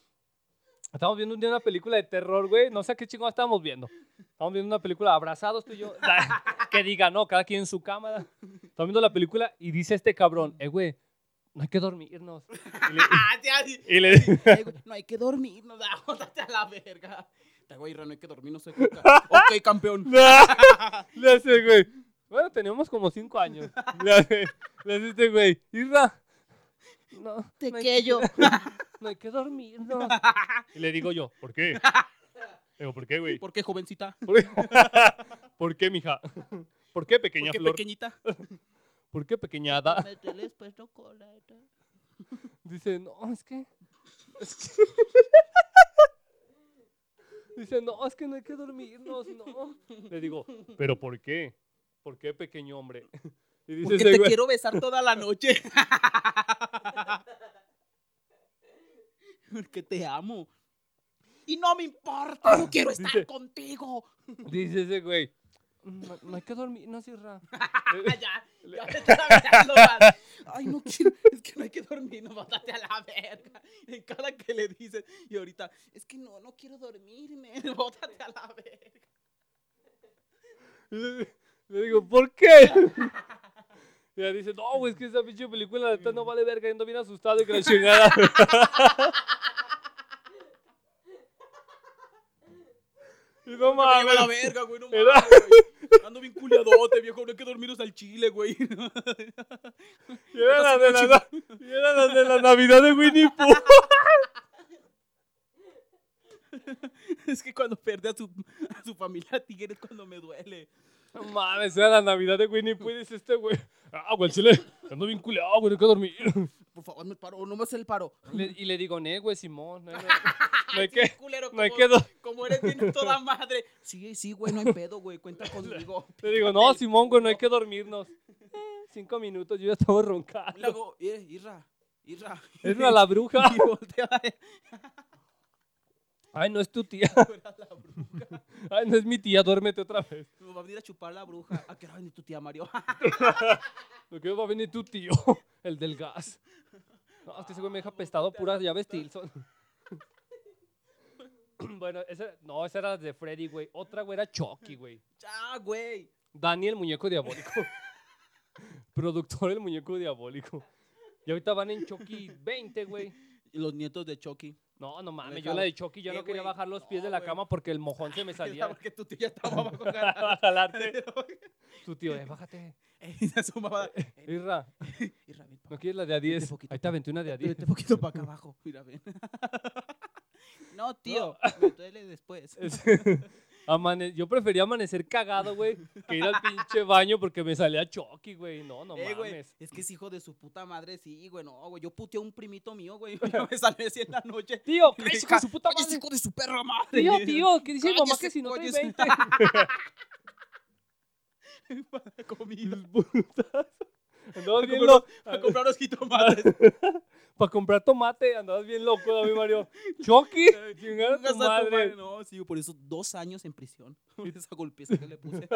S1: estábamos viendo un día una película de terror, güey. No sé a qué chingón estábamos viendo. Estábamos viendo una película abrazados tú y yo. la- que diga, no, cada quien en su cámara. Estamos viendo la película y dice este cabrón, eh, güey, no hay que dormirnos. Y le-
S2: Ah, ya, sí.
S1: Y le,
S2: Ay, güey, no hay que dormir, no da, jórtate a la verga. Te güey, Isra, no hay que dormir, no sé qué. ok, campeón.
S1: le hace, güey. Bueno, teníamos como cinco años. Le hace, le hace este güey, Isra. No,
S7: Te
S1: no hay-
S7: quello.
S1: no hay que dormirnos. Y le digo yo, ¿por qué? Digo, ¿por qué, güey?
S2: ¿Por qué, jovencita?
S1: ¿Por, ¿Por qué, mija? ¿Por qué,
S2: ¿Por
S1: pequeña
S2: qué,
S1: flor? Ah.
S2: pequeñita?
S1: ¿Por qué, pequeñada?
S7: Mételes, pues, no cola. ¿verdad?
S1: Dice, no, es que... Dice, no, es que no hay que dormirnos, no. Le digo, ¿pero por qué? ¿Por qué, pequeño hombre? Y dice
S2: Porque
S1: ese
S2: te
S1: güey,
S2: quiero besar toda la noche. Porque te amo. Y no me importa, no quiero estar
S1: Dice-
S2: contigo.
S1: dice ese güey, no, no hay que dormirnos, Isra.
S2: Ah, ya, ya me estás avisando más. Ay, no quiero, es que no hay que dormir, no bátate a la verga. En cada que le dices, y ahorita, es que no, no quiero dormirme, bótate a la verga.
S1: Le le digo, ¿por qué? Y ella dice, no, güey, es que esa pinche película la neta no vale verga, y ando bien asustado y que la chingada. Y no
S2: Me lleva a
S1: mames.
S2: la verga, güey, no
S1: Era-
S2: mames, güey. Ando bien culiadote, viejo, no hay que dormirnos al chile, güey.
S1: Y era la de la, na- y era la de la Navidad de Winnie Pooh.
S2: Es que cuando pierde a su, a su familia tigre es cuando me duele.
S1: No mames, era la Navidad de Winnie Pooh, y dice este güey. Ah, güey, el chile, ando bien culeado, güey, no hay que dormir.
S2: Por favor, me paro, no me hace el paro.
S1: Le- y le digo, ne, güey, Simón, no, no, no hay que...
S2: Culero,
S1: No hay
S2: como-
S1: que do-
S2: Como eres bien a toda madre. Sí, sí, güey, no hay pedo, güey, cuenta conmigo.
S1: Le digo, no, Simón, güey, no hay que dormirnos. Eh, Cinco minutos, yo ya estaba
S2: Y
S1: roncando.
S2: Luego, eh, Irra, Irra.
S1: Es una la bruja.
S2: Y voltea a ver,
S1: Ay, no es tu tía.
S2: era la bruja.
S1: Ay, no es mi tía, duérmete otra vez.
S2: Nos va a venir a chupar la bruja. ¿A qué hora viene tu tía Mario?
S1: Ah, Lo que va a venir tu tío, el del gas. No, es que ese este güey me deja pestado puras llaves Tilson. Bueno, esa, no, esa era de Freddy, güey. Otra, güey, era Chucky, güey.
S2: ya, güey.
S1: Dani, el muñeco diabólico. Productor, el muñeco diabólico. Y ahorita van en Chucky 20, güey.
S2: Y los nietos de Chucky.
S1: No, no mames, yo
S2: Déjalo.
S1: la de Chucky ya
S2: Eh,
S1: no quería
S2: güey,
S1: bajar los pies de
S2: no,
S1: la
S2: güey.
S1: cama porque el mojón se me
S2: Salía.
S1: salía.
S2: Porque tu tía estaba bajo ganas.
S1: Para jalarte. Tu tío, eh, bájate.
S2: Y se asomaba. eh,
S1: Irra,
S2: Irra, ven pa'
S1: ¿no quieres la de a 10?
S2: poquito.
S1: Ahí te aventé una de a 10.
S2: Vete poquito para acá abajo. Mira, ven. No, tío. Me duele después.
S1: Es- Amane- yo prefería amanecer cagado, güey, que ir al pinche baño porque me salía Chucky, güey. No, no
S2: Eh, güey,
S1: mames.
S2: es que es hijo de su puta madre, sí, güey, no, güey. Yo puteé a un primito mío, güey. Yo me salí así en la noche.
S1: Tío,
S2: Y le
S1: cállese
S2: dije,
S1: con su puta
S2: "Cállese,
S1: madre.
S2: hijo de su perra madre!
S1: Tío, tío, que dice mi mamá
S2: Cállese,
S1: que si no traes
S2: coño,
S1: 20.
S2: Para comida.
S1: Andabas bien
S2: comprar-
S1: loco.
S2: Para comprar los jitomates.
S1: Para comprar tomate, andabas bien loco, David Mario. Chucky, chingar a
S2: Chingas a
S1: tu
S2: tu madre,
S1: madre.
S2: No, sí, por eso dos años en prisión. Por esa golpiza que le puse.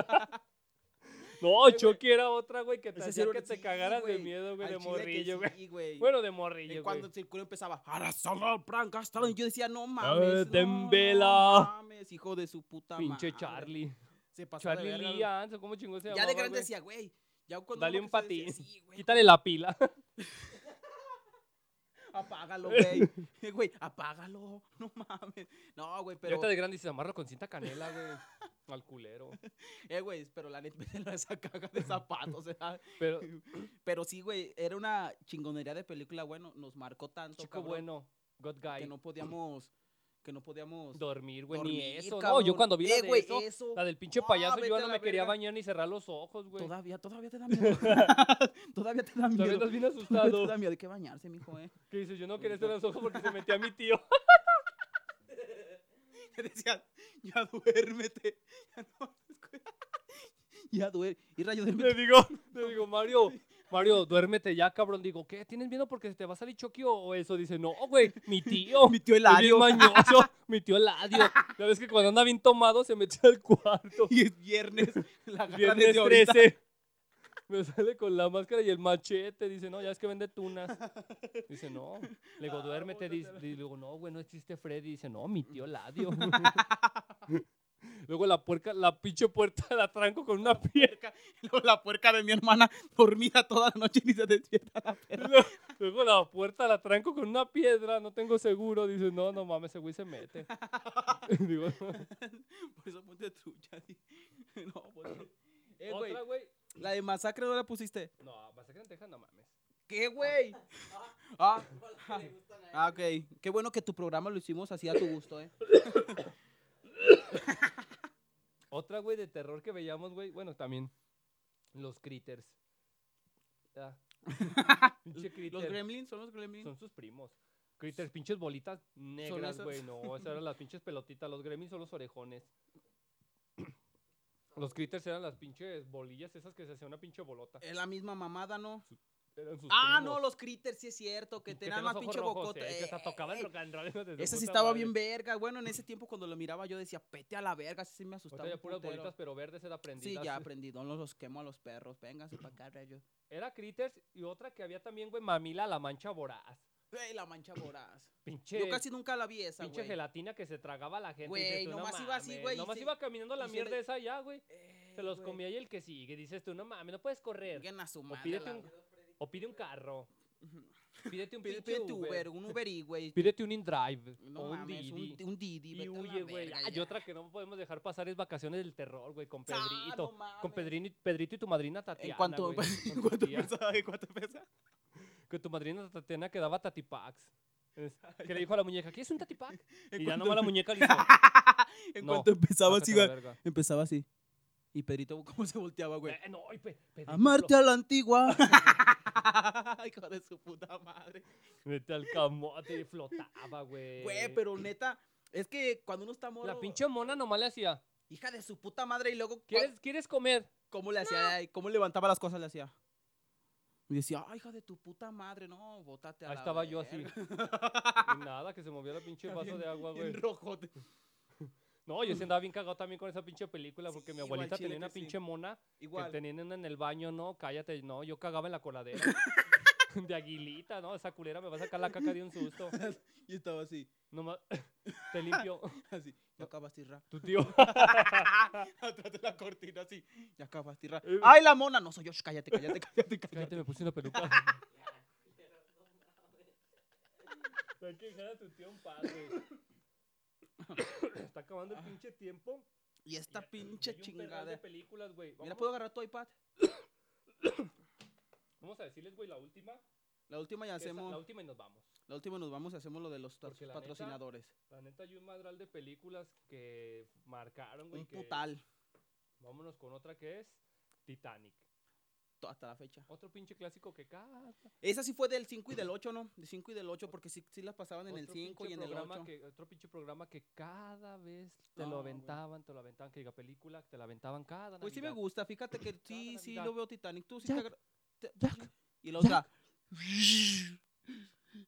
S1: No, Chucky era otra, güey, que te
S2: Ese sí
S1: hacía
S2: era
S1: que
S2: un-
S1: te
S2: Pues, sí,
S1: cagaras de
S2: güey,
S1: miedo, güey,
S2: al
S1: de
S2: chile que
S1: morrillo, güey.
S2: sí, güey.
S1: Bueno, de
S2: Y
S1: morrillo, güey.
S2: cuando el circuito empezaba, ahora solo el plan gastado", y yo decía, no
S1: Eh,
S2: mames, no,
S1: Dembela.
S2: no mames, hijo de su puta
S1: Pinche
S2: madre".
S1: Charlie.
S2: Se pasó de
S1: Charlie
S2: verga,
S1: Lians, ¿cómo chingó se
S2: güey.
S1: llamaba,
S2: Ya de grande
S1: güey?
S2: decía, güey, ya cuando
S1: Dale
S2: uno
S1: un
S2: más creció decía,
S1: patín.
S2: "Sí, güey,
S1: Quítale la pila.
S2: Apágalo, güey. Eh, Güey, apágalo, no mames. No, güey,
S1: Pero...
S2: pero
S1: Ahorita de grande y se amarra con cinta canela, güey. Al culero.
S2: eh, güey, pero la neta mételo a esa caja de zapatos, ¿verdad?
S1: Pero,
S2: Pero sí, güey, era una chingonería de película, bueno, nos marcó tanto,
S1: chico
S2: cabrón,
S1: bueno, God Guy.
S2: que no podíamos que no podíamos
S1: Dormir, güey, Pues ni
S2: dormir,
S1: eso. No,
S2: cabrón.
S1: yo cuando vi la
S2: Eh,
S1: de
S2: güey,
S1: eso,
S2: eso,
S1: la del pinche
S2: Ah,
S1: payaso,
S2: vete
S1: yo
S2: a
S1: no
S2: la
S1: me quería
S2: verga.
S1: bañar ni cerrar los ojos, güey.
S2: Todavía, todavía te da miedo. todavía te da miedo.
S1: Todavía estás bien
S2: Todavía te
S1: asustado.
S2: da miedo de que bañarse, mijo, eh.
S1: Que dices, yo no quería cerrar los ojos porque se metía mi tío.
S2: Te decían, ya duérmete. Ya no Ya duérmete. Y rayo
S1: Le
S2: duérmete.
S1: digo, le digo, Mario, Mario, duérmete ya, cabrón. Digo, ¿qué? ¿Tienes miedo porque se te va a salir Chucky o- o eso? Dice, no, güey, mi tío.
S2: Mi tío
S1: Es bien
S2: Eladio.
S1: mañoso, mi tío Eladio. Ya ves que cuando anda bien tomado se mete al cuarto.
S2: Y es viernes. La agarran
S1: Viernes
S2: desde ahorita.
S1: 13. Me sale con la máscara y el machete. Dice, no, ya es que vende tunas. Dice, no. Le digo, duérmete. Dice, le digo, no, güey, no existe Freddy. Dice, no, mi tío Ladio. Luego la puerca, la pinche puerta la tranco con una piedra.
S2: Luego la puerca de mi hermana dormida toda la noche y ni se despierta la perra.
S1: Luego la puerta la tranco con una piedra. No tengo seguro. Dice, no, no mames, ese güey se mete. digo,
S2: Por eso ponte trucha. di. No, ponte. Eh, güey.
S1: otra, güey.
S2: La de masacre no la pusiste.
S1: No, masacre en Texas, no mames.
S2: ¿Qué, güey? Ah, ah, ok. Qué bueno que tu programa lo hicimos así a tu gusto, eh.
S1: Otra, güey, de terror que veíamos, güey. Bueno, también. Los critters. Ah. Pinche
S2: Los
S1: critter.
S2: gremlins son los gremlins.
S1: Son sus primos. Critters, pinches bolitas negras,
S2: esas.
S1: güey. No, esas eran las pinches pelotitas. Los gremlins son los orejones. Los critters eran las pinches bolillas esas que se hacía una pinche bolota.
S2: Es la misma mamada, ¿no?
S1: Eran sus
S2: ah,
S1: primos.
S2: no, los critters, sí es cierto, que
S1: Que
S2: tenían
S1: tenían
S2: más
S1: los ojos
S2: pinche
S1: rojos,
S2: bocote.
S1: eh, que hasta
S2: Ey,
S1: tocaban
S2: ey,
S1: rock and roll desde su
S2: Ese sí
S1: puta
S2: estaba
S1: madre.
S2: bien verga. Bueno, en ese tiempo cuando lo miraba yo decía, pete a la verga, sí se me asustaba.
S1: Ahorita ya
S2: un
S1: puras
S2: putero.
S1: bolitas, pero verdes era
S2: Sí,
S1: prendidas.
S2: ya aprendí, no los quemo a los perros, vénganse para acá, rayo.
S1: Era critters y otra que había también, güey, mamila la mancha voraz.
S2: Ey, la mancha voraz.
S1: Pinche
S2: Yo casi nunca la vi esa,
S1: pinche
S2: güey.
S1: gelatina que se tragaba la gente.
S2: Güey,
S1: dices tú, "No
S2: nomás iba así,
S1: mames".
S2: güey, y
S1: Nomás
S2: se-
S1: iba caminando la
S2: y se
S1: mierda
S2: le-
S1: esa ya, güey.
S2: Ey,
S1: Se los
S2: güey,
S1: comía y el que sigue. Dices tú, no mames, no puedes correr.
S2: chinguen a su madre,
S1: pídete
S2: la-
S1: un- O pide un carro. Pídete un
S2: Pide-
S1: pinche
S2: Pídete
S1: Uber.
S2: Uber, un Uber y, güey.
S1: Pídete un InDrive.
S2: No
S1: o un
S2: mames, un,
S1: Didi.
S2: un Didi.
S1: Y
S2: vete a la
S1: huye, güey.
S2: verga
S1: Ah, y
S2: ya.
S1: otra que no podemos dejar pasar es Vacaciones del Terror, güey, con
S2: Ah,
S1: Pedrito.
S2: no mames.
S1: con Pedrini- Pedrito y tu madrina Tatiana.
S2: En cuanto,
S1: güey, con
S2: en
S1: tu
S2: cuanto
S1: tía.
S2: pesa, en cuanto pesa.
S1: Que tu madrina Tatiana quedaba Tatipax. Es- Que le dijo a la muñeca, ¿qué es un Tatipax?
S2: En
S1: Y ya
S2: cuanto-
S1: nomás la muñeca le hizo.
S2: En
S1: No,
S2: cuanto empezaba
S1: "Sácate
S2: así,
S1: a
S2: güey.
S1: la verga".
S2: Empezaba así. Y Pedrito, ¿cómo se volteaba, güey?
S1: Eh, no, y pe- Pedrito,
S2: Amarte a la antigua. Hijo de su puta madre.
S1: Vete al camote y flotaba, güey.
S2: Güey, pero neta, es que cuando uno está morro.
S1: Eh. La pinche mona nomás le hacía.
S2: Hija de su puta madre. Y luego,
S1: ¿Quieres, ¿quieres comer?
S2: ¿cómo le hacía? Ay, ¿Cómo levantaba las cosas? Le hacía. Y decía, ay, hija de tu puta madre, no, bótate a
S1: Ahí
S2: la
S1: estaba yo así.
S2: verga".
S1: Y nada, que se movía la pinche
S2: Está
S1: vaso
S2: bien-
S1: de agua, güey.
S2: Bien rojote.
S1: No, yo sí andaba bien cagado también con esa pinche película porque mi
S2: Sí, igual
S1: abuelita
S2: chile
S1: tenía una
S2: que sí.
S1: pinche mona que
S2: Igual.
S1: tenían una en el baño, no, cállate, no, yo cagaba en la coladera. de aguilita, ¿no? Esa culera me va a sacar la caca de un susto.
S2: Y estaba así,
S1: Nomás, te limpio.
S2: así. Ya acabas tirra.
S1: Tu tío.
S2: Atrás de la cortina, así. Ya acabas tirra.
S1: Ah. Eh.
S2: Ay, la mona. No soy yo. sh, Cállate, cállate, cállate, cállate.
S1: Cállate, me puse una peluca. Hay que dejar a tu tío en paz, güey. Está acabando el pinche tiempo.
S2: Y esta
S1: Hay
S2: pinche
S1: un perral de
S2: chingada.
S1: películas, güey.
S2: Mira,
S1: Vamos,
S2: ¿puedo agarrar tu iPad?
S1: vamos a decirles, güey, la última.
S2: La última ya
S1: que esa-
S2: hacemos.
S1: La
S2: La,
S1: última y nos vamos.
S2: última nos vamos y hacemos lo de los
S1: Porque la neta,
S2: patrocinadores.
S1: La neta, hay un madral de películas que marcaron, güey.
S2: un
S1: que-
S2: putal.
S1: Vámonos con otra que es Titanic.
S2: to- Hasta la fecha.
S1: Otro pinche clásico que cada
S2: Esa sí fue del 5 y del 8, ¿no? De 5 y del 8, porque sí, sí las pasaban en el
S1: Otro
S2: 5
S1: pinche
S2: y en el
S1: programa
S2: 8.
S1: que- otro pinche programa que cada vez te
S2: No,
S1: lo
S2: güey.
S1: aventaban, te lo aventaban, que diga película, te la aventaban cada
S2: Pues sí me
S1: Navidad.
S2: gusta, fíjate que sí, sí
S1: Navidad.
S2: lo veo Titanic. Tú sí
S8: Jack,
S2: te agra- te-
S8: Jack,
S2: Y la otra.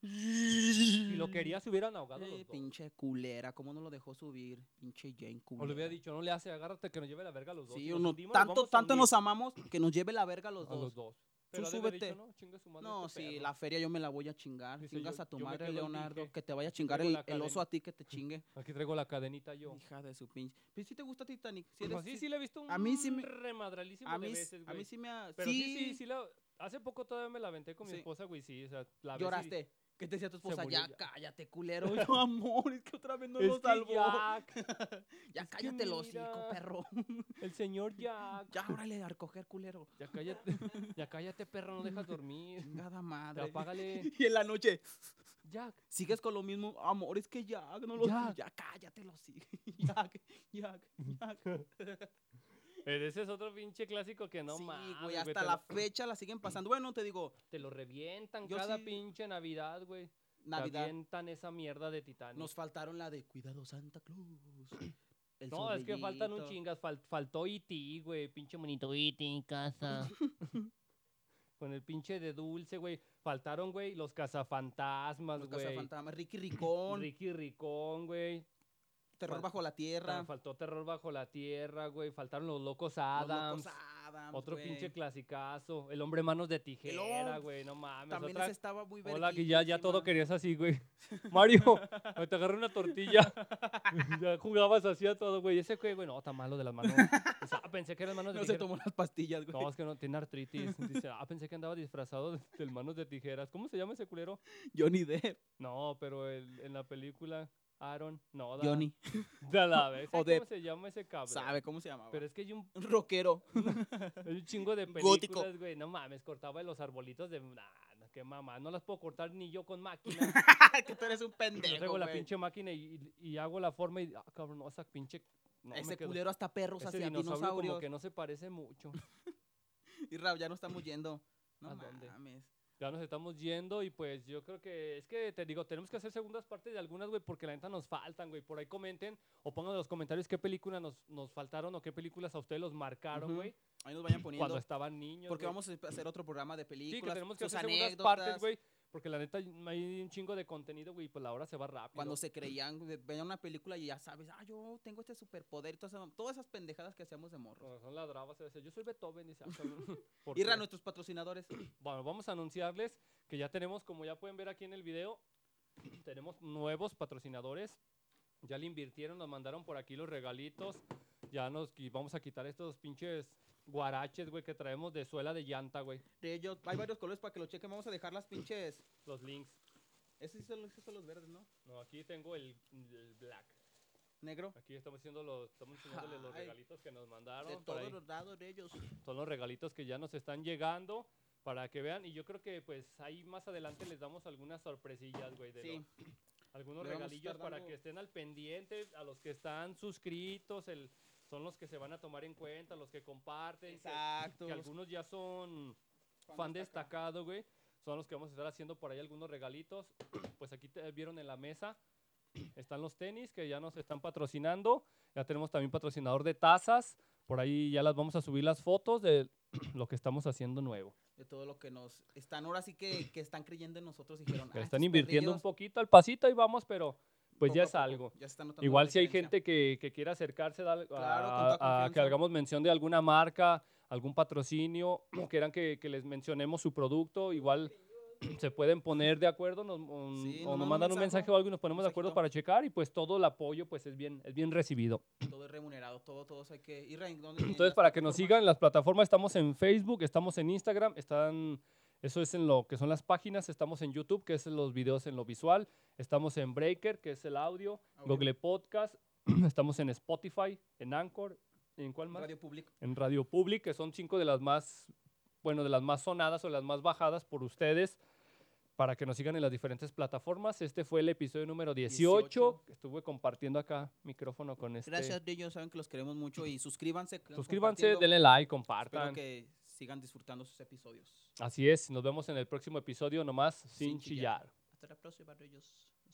S1: Si lo quería, se hubieran ahogado
S2: eh,
S1: los dos.
S2: pinche culera, ¿cómo no lo dejó subir? Pinche Jane culera.
S1: O le hubiera dicho, no le hace, agárrate que nos lleve la verga a los dos.
S2: Sí,
S1: Si nos
S2: uno-
S1: hundimos, nos
S2: tanto,
S1: vamos a
S2: tanto
S1: hundir
S2: nos amamos que nos lleve la verga los
S1: a
S2: dos.
S1: los dos. Pero ha de haber
S2: súbete.
S1: dicho, no, chinga su madre
S2: No,
S1: este
S2: sí,
S1: perro".
S2: la feria yo me la voy a chingar.
S1: Dice,
S2: Chingas
S1: yo-
S2: a tu
S1: yo me
S2: madre,
S1: traigo el
S2: Leonardo,
S1: pinche,
S2: que te vaya a
S1: yo
S2: chingar
S1: traigo
S2: el,
S1: la
S2: el oso
S1: cadena.
S2: a ti que te chingue.
S1: Aquí traigo la cadenita yo.
S2: Hija de su pinche. Pero sí te gusta Titanic. Sí eres-
S1: Pues sí, sí le he visto un
S2: a mí sí me-
S1: remadralísimo
S2: a, mí,
S1: de
S2: s-
S1: veces,
S2: a
S1: güey.
S2: mí sí me ha...
S1: Pero sí, sí,
S2: sí,
S1: sí la... Hace poco todavía me la aventé con mi
S2: Sí.
S1: esposa, güey, sí, o sea, la ves y-
S2: Lloraste. ¿Qué te decía tu esposa?
S1: murió
S2: Ya,
S1: ya.
S2: cállate, culero. Yo, amor, es que otra vez no
S1: Es
S2: nos
S1: que
S2: salvó. Ya,
S1: Jack, que
S2: cállate los
S1: mira.
S2: hocico, perro.
S1: el señor Jack.
S2: Ya, órale, a recoger, culero.
S1: Ya cállate, ya cállate, perro, no dejas dormir.
S2: Chingada
S1: Ya
S2: madre.
S1: apágale,
S2: Y en la noche,
S1: Jack.
S2: sigues con lo mismo. Amor, es que ya, no lo...
S1: Ya.
S2: Ya, cállate los hocico. Jack, Jack, Jack.
S1: Pero ese es otro pinche clásico que no
S2: sí,
S1: mames.
S2: güey,
S1: güey,
S2: hasta
S1: te
S2: la
S1: lo-
S2: fecha la siguen pasando. Bueno, te digo,
S1: Te lo revientan
S2: Yo
S1: cada
S2: sí-
S1: pinche Navidad, güey. Te
S2: Navidad.
S1: avientan esa mierda de Titanic.
S2: Nos faltaron la de Cuidado Santa Claus. el
S1: no, es que faltan un
S2: zorrillito.
S1: chingas. fal- faltó E.T., güey. Pinche monito E.T. en casa. Con el pinche de dulce, güey. Faltaron, güey, los cazafantasmas,
S2: Los
S1: güey.
S2: cazafantasmas, Ricky Ricón,
S1: Ricky Ricón, güey.
S2: Terror
S1: Fal-
S2: Bajo la Tierra,
S1: Ah, Faltó Terror Bajo la Tierra, güey. Faltaron los Locos
S2: Los
S1: Adams.
S2: Locos Adams,
S1: Otro
S2: güey.
S1: pinche clasicazo. El hombre manos de tijera,
S2: hom-
S1: güey. No mames.
S2: También este
S1: otra-
S2: ese estaba muy
S1: Hola, que ya,
S2: verguísima.
S1: ya todo querías así, güey. Mario, ahí te agarré una tortilla. ya jugabas así a todo, güey. Ese güey, güey, no, está malo de las manos. Dice, ah, pensé que eran manos de
S2: No se
S1: tijera.
S2: tomó las pastillas, güey.
S1: No, es que no, tiene artritis. Dice, ah, pensé que andaba disfrazado de- del manos de tijeras. ¿Cómo se llama ese culero?
S2: Johnny Depp,
S1: No, pero el- en la película, Aaron, no, da,
S2: Johnny,
S1: da la vez.
S2: O
S1: ¿Cómo
S2: Depp.
S1: se llama ese cabrón?
S2: ¿sabe cómo se llamaba?
S1: Pero es que hay un,
S2: Un rockero.
S1: hay un chingo de
S2: Gótico.
S1: películas, güey. No mames, cortaba los arbolitos de... Nah, nah, qué mamá. No las puedo cortar ni yo con máquina.
S2: que tú eres un
S1: Yo
S2: pendejo,
S1: traigo la
S2: güey.
S1: pinche máquina y, y- y hago la forma y, ah, cabrón, no, esa pinche... No, me
S2: Ese
S1: quedó.
S2: culero hasta perros
S1: Ese
S2: hacía
S1: dinosaurio
S2: dinosaurios.
S1: como que no se parece mucho.
S2: Y Rab, ya no estamos yendo. No
S1: ¿A dónde?
S2: mames.
S1: Ya nos estamos yendo y pues yo creo que es que te digo, tenemos que hacer segundas partes de algunas, güey, porque la neta nos faltan, güey. Por ahí comenten o pongan en los comentarios qué películas nos, nos faltaron o qué películas a ustedes los marcaron,
S2: Ujú,
S1: güey,
S2: Ahí nos vayan
S1: cuando
S2: poniendo.
S1: estaban niños.
S2: Porque
S1: güey.
S2: vamos a hacer otro programa de películas.
S1: Sí, que tenemos que
S2: sus
S1: hacer segundas
S2: anécdotas.
S1: partes, güey, porque la neta hay un chingo de contenido, güey, y pues la hora se va rápido.
S2: Cuando se creían, güey, veían una película y ya sabes, ah, yo tengo este superpoder, y todas esas, todas esas pendejadas que hacíamos de morro.
S1: Con razón ladraba, se decía, yo soy Beethoven, dice, ah, cabrón, ¿por
S2: Irra,
S1: qué?
S2: nuestros patrocinadores.
S1: Bueno, vamos a anunciarles que ya tenemos, como ya pueden ver aquí en el video, tenemos nuevos patrocinadores. Ya le invirtieron, nos mandaron por aquí los regalitos. Ya nos qui- vamos a quitar estos pinches guaraches, güey, que traemos de suela de llanta, güey.
S2: De ellos, hay varios colores para que lo chequen. Vamos a dejar las pinches.
S1: Los links.
S2: Esos sí son, esos son los verdes, ¿no?
S1: No, aquí tengo el, el black.
S2: Negro.
S1: Aquí estamos haciendo los, estamos enseñándoles los
S2: Ay,
S1: regalitos que nos
S2: De
S1: mandaron. por ahí.
S2: todos los lados de ellos.
S1: Son los regalitos que ya nos están llegando para que vean. Y yo creo que pues ahí más adelante les damos algunas sorpresillas, güey, de lo-
S2: Sí.
S1: algunos
S2: Le vamos a
S1: regalillos
S2: estar
S1: para
S2: dando-
S1: que estén al pendiente, a los que están suscritos, el, son los que se van a tomar en cuenta, los que comparten, que- que,
S2: Exacto.
S1: algunos ya son fan destacado, güey. Son los que vamos a estar haciendo por ahí algunos regalitos. Pues aquí te vieron en la mesa. Están los tenis que ya nos están patrocinando. Ya tenemos también patrocinador de tazas. Por ahí ya las vamos a subir las fotos de lo que estamos haciendo nuevo.
S2: De todo lo que nos están ahora sí que, que están creyendo en nosotros. Dijeron,
S1: Le
S2: "Ah,
S1: están
S2: estos
S1: invirtiendo un
S2: perrillos,
S1: poquito al pasito y vamos, pero pues
S2: poco
S1: ya
S2: a
S1: es
S2: poco,
S1: algo.
S2: ya se está notando la
S1: Igual si hay
S2: diferencia".
S1: gente que, que quiera acercarse da- a,
S2: Claro, con toda
S1: a que
S2: confianza.
S1: hagamos mención de alguna marca, algún patrocinio, o quieran que, que les mencionemos su producto, igual se pueden poner de acuerdo nos- o-
S2: Sí,
S1: o nos
S2: nos mandan un
S1: mandan un
S2: mensaje,
S1: mensaje o algo y nos ponemos de acuerdo
S2: mensajito.
S1: para checar y pues todo el apoyo pues es bien, es bien recibido.
S2: Todo es remunerado, todo, todos hay que ir. ¿en dónde- en
S1: Entonces
S2: las
S1: para que nos
S2: plataformas?
S1: sigan en las plataformas estamos en Facebook, estamos en Instagram, están... Eso es en lo que son las páginas, estamos en YouTube, que es los videos en lo visual, estamos en Breaker, que es el audio,
S2: Audio.
S1: Google Podcast, estamos en Spotify, en Anchor, ¿en cuál más?
S2: Radio Public.
S1: En Radio Public, que son cinco de las más, bueno, de las más sonadas o las más bajadas por ustedes. para que nos sigan en las diferentes plataformas. Este fue el episodio número 18.
S2: 18.
S1: Estuve compartiendo acá micrófono con este.
S2: Gracias, de ellos saben que los queremos mucho y suscríbanse. c-
S1: Suscríbanse,
S2: compartiendo.
S1: denle like,
S2: Espero
S1: compartan.
S2: que sigan disfrutando sus episodios.
S1: Así es, nos vemos en el próximo episodio nomás sin,
S2: Sin
S1: chillar.
S2: chillar. Hasta la próxima, de ellos.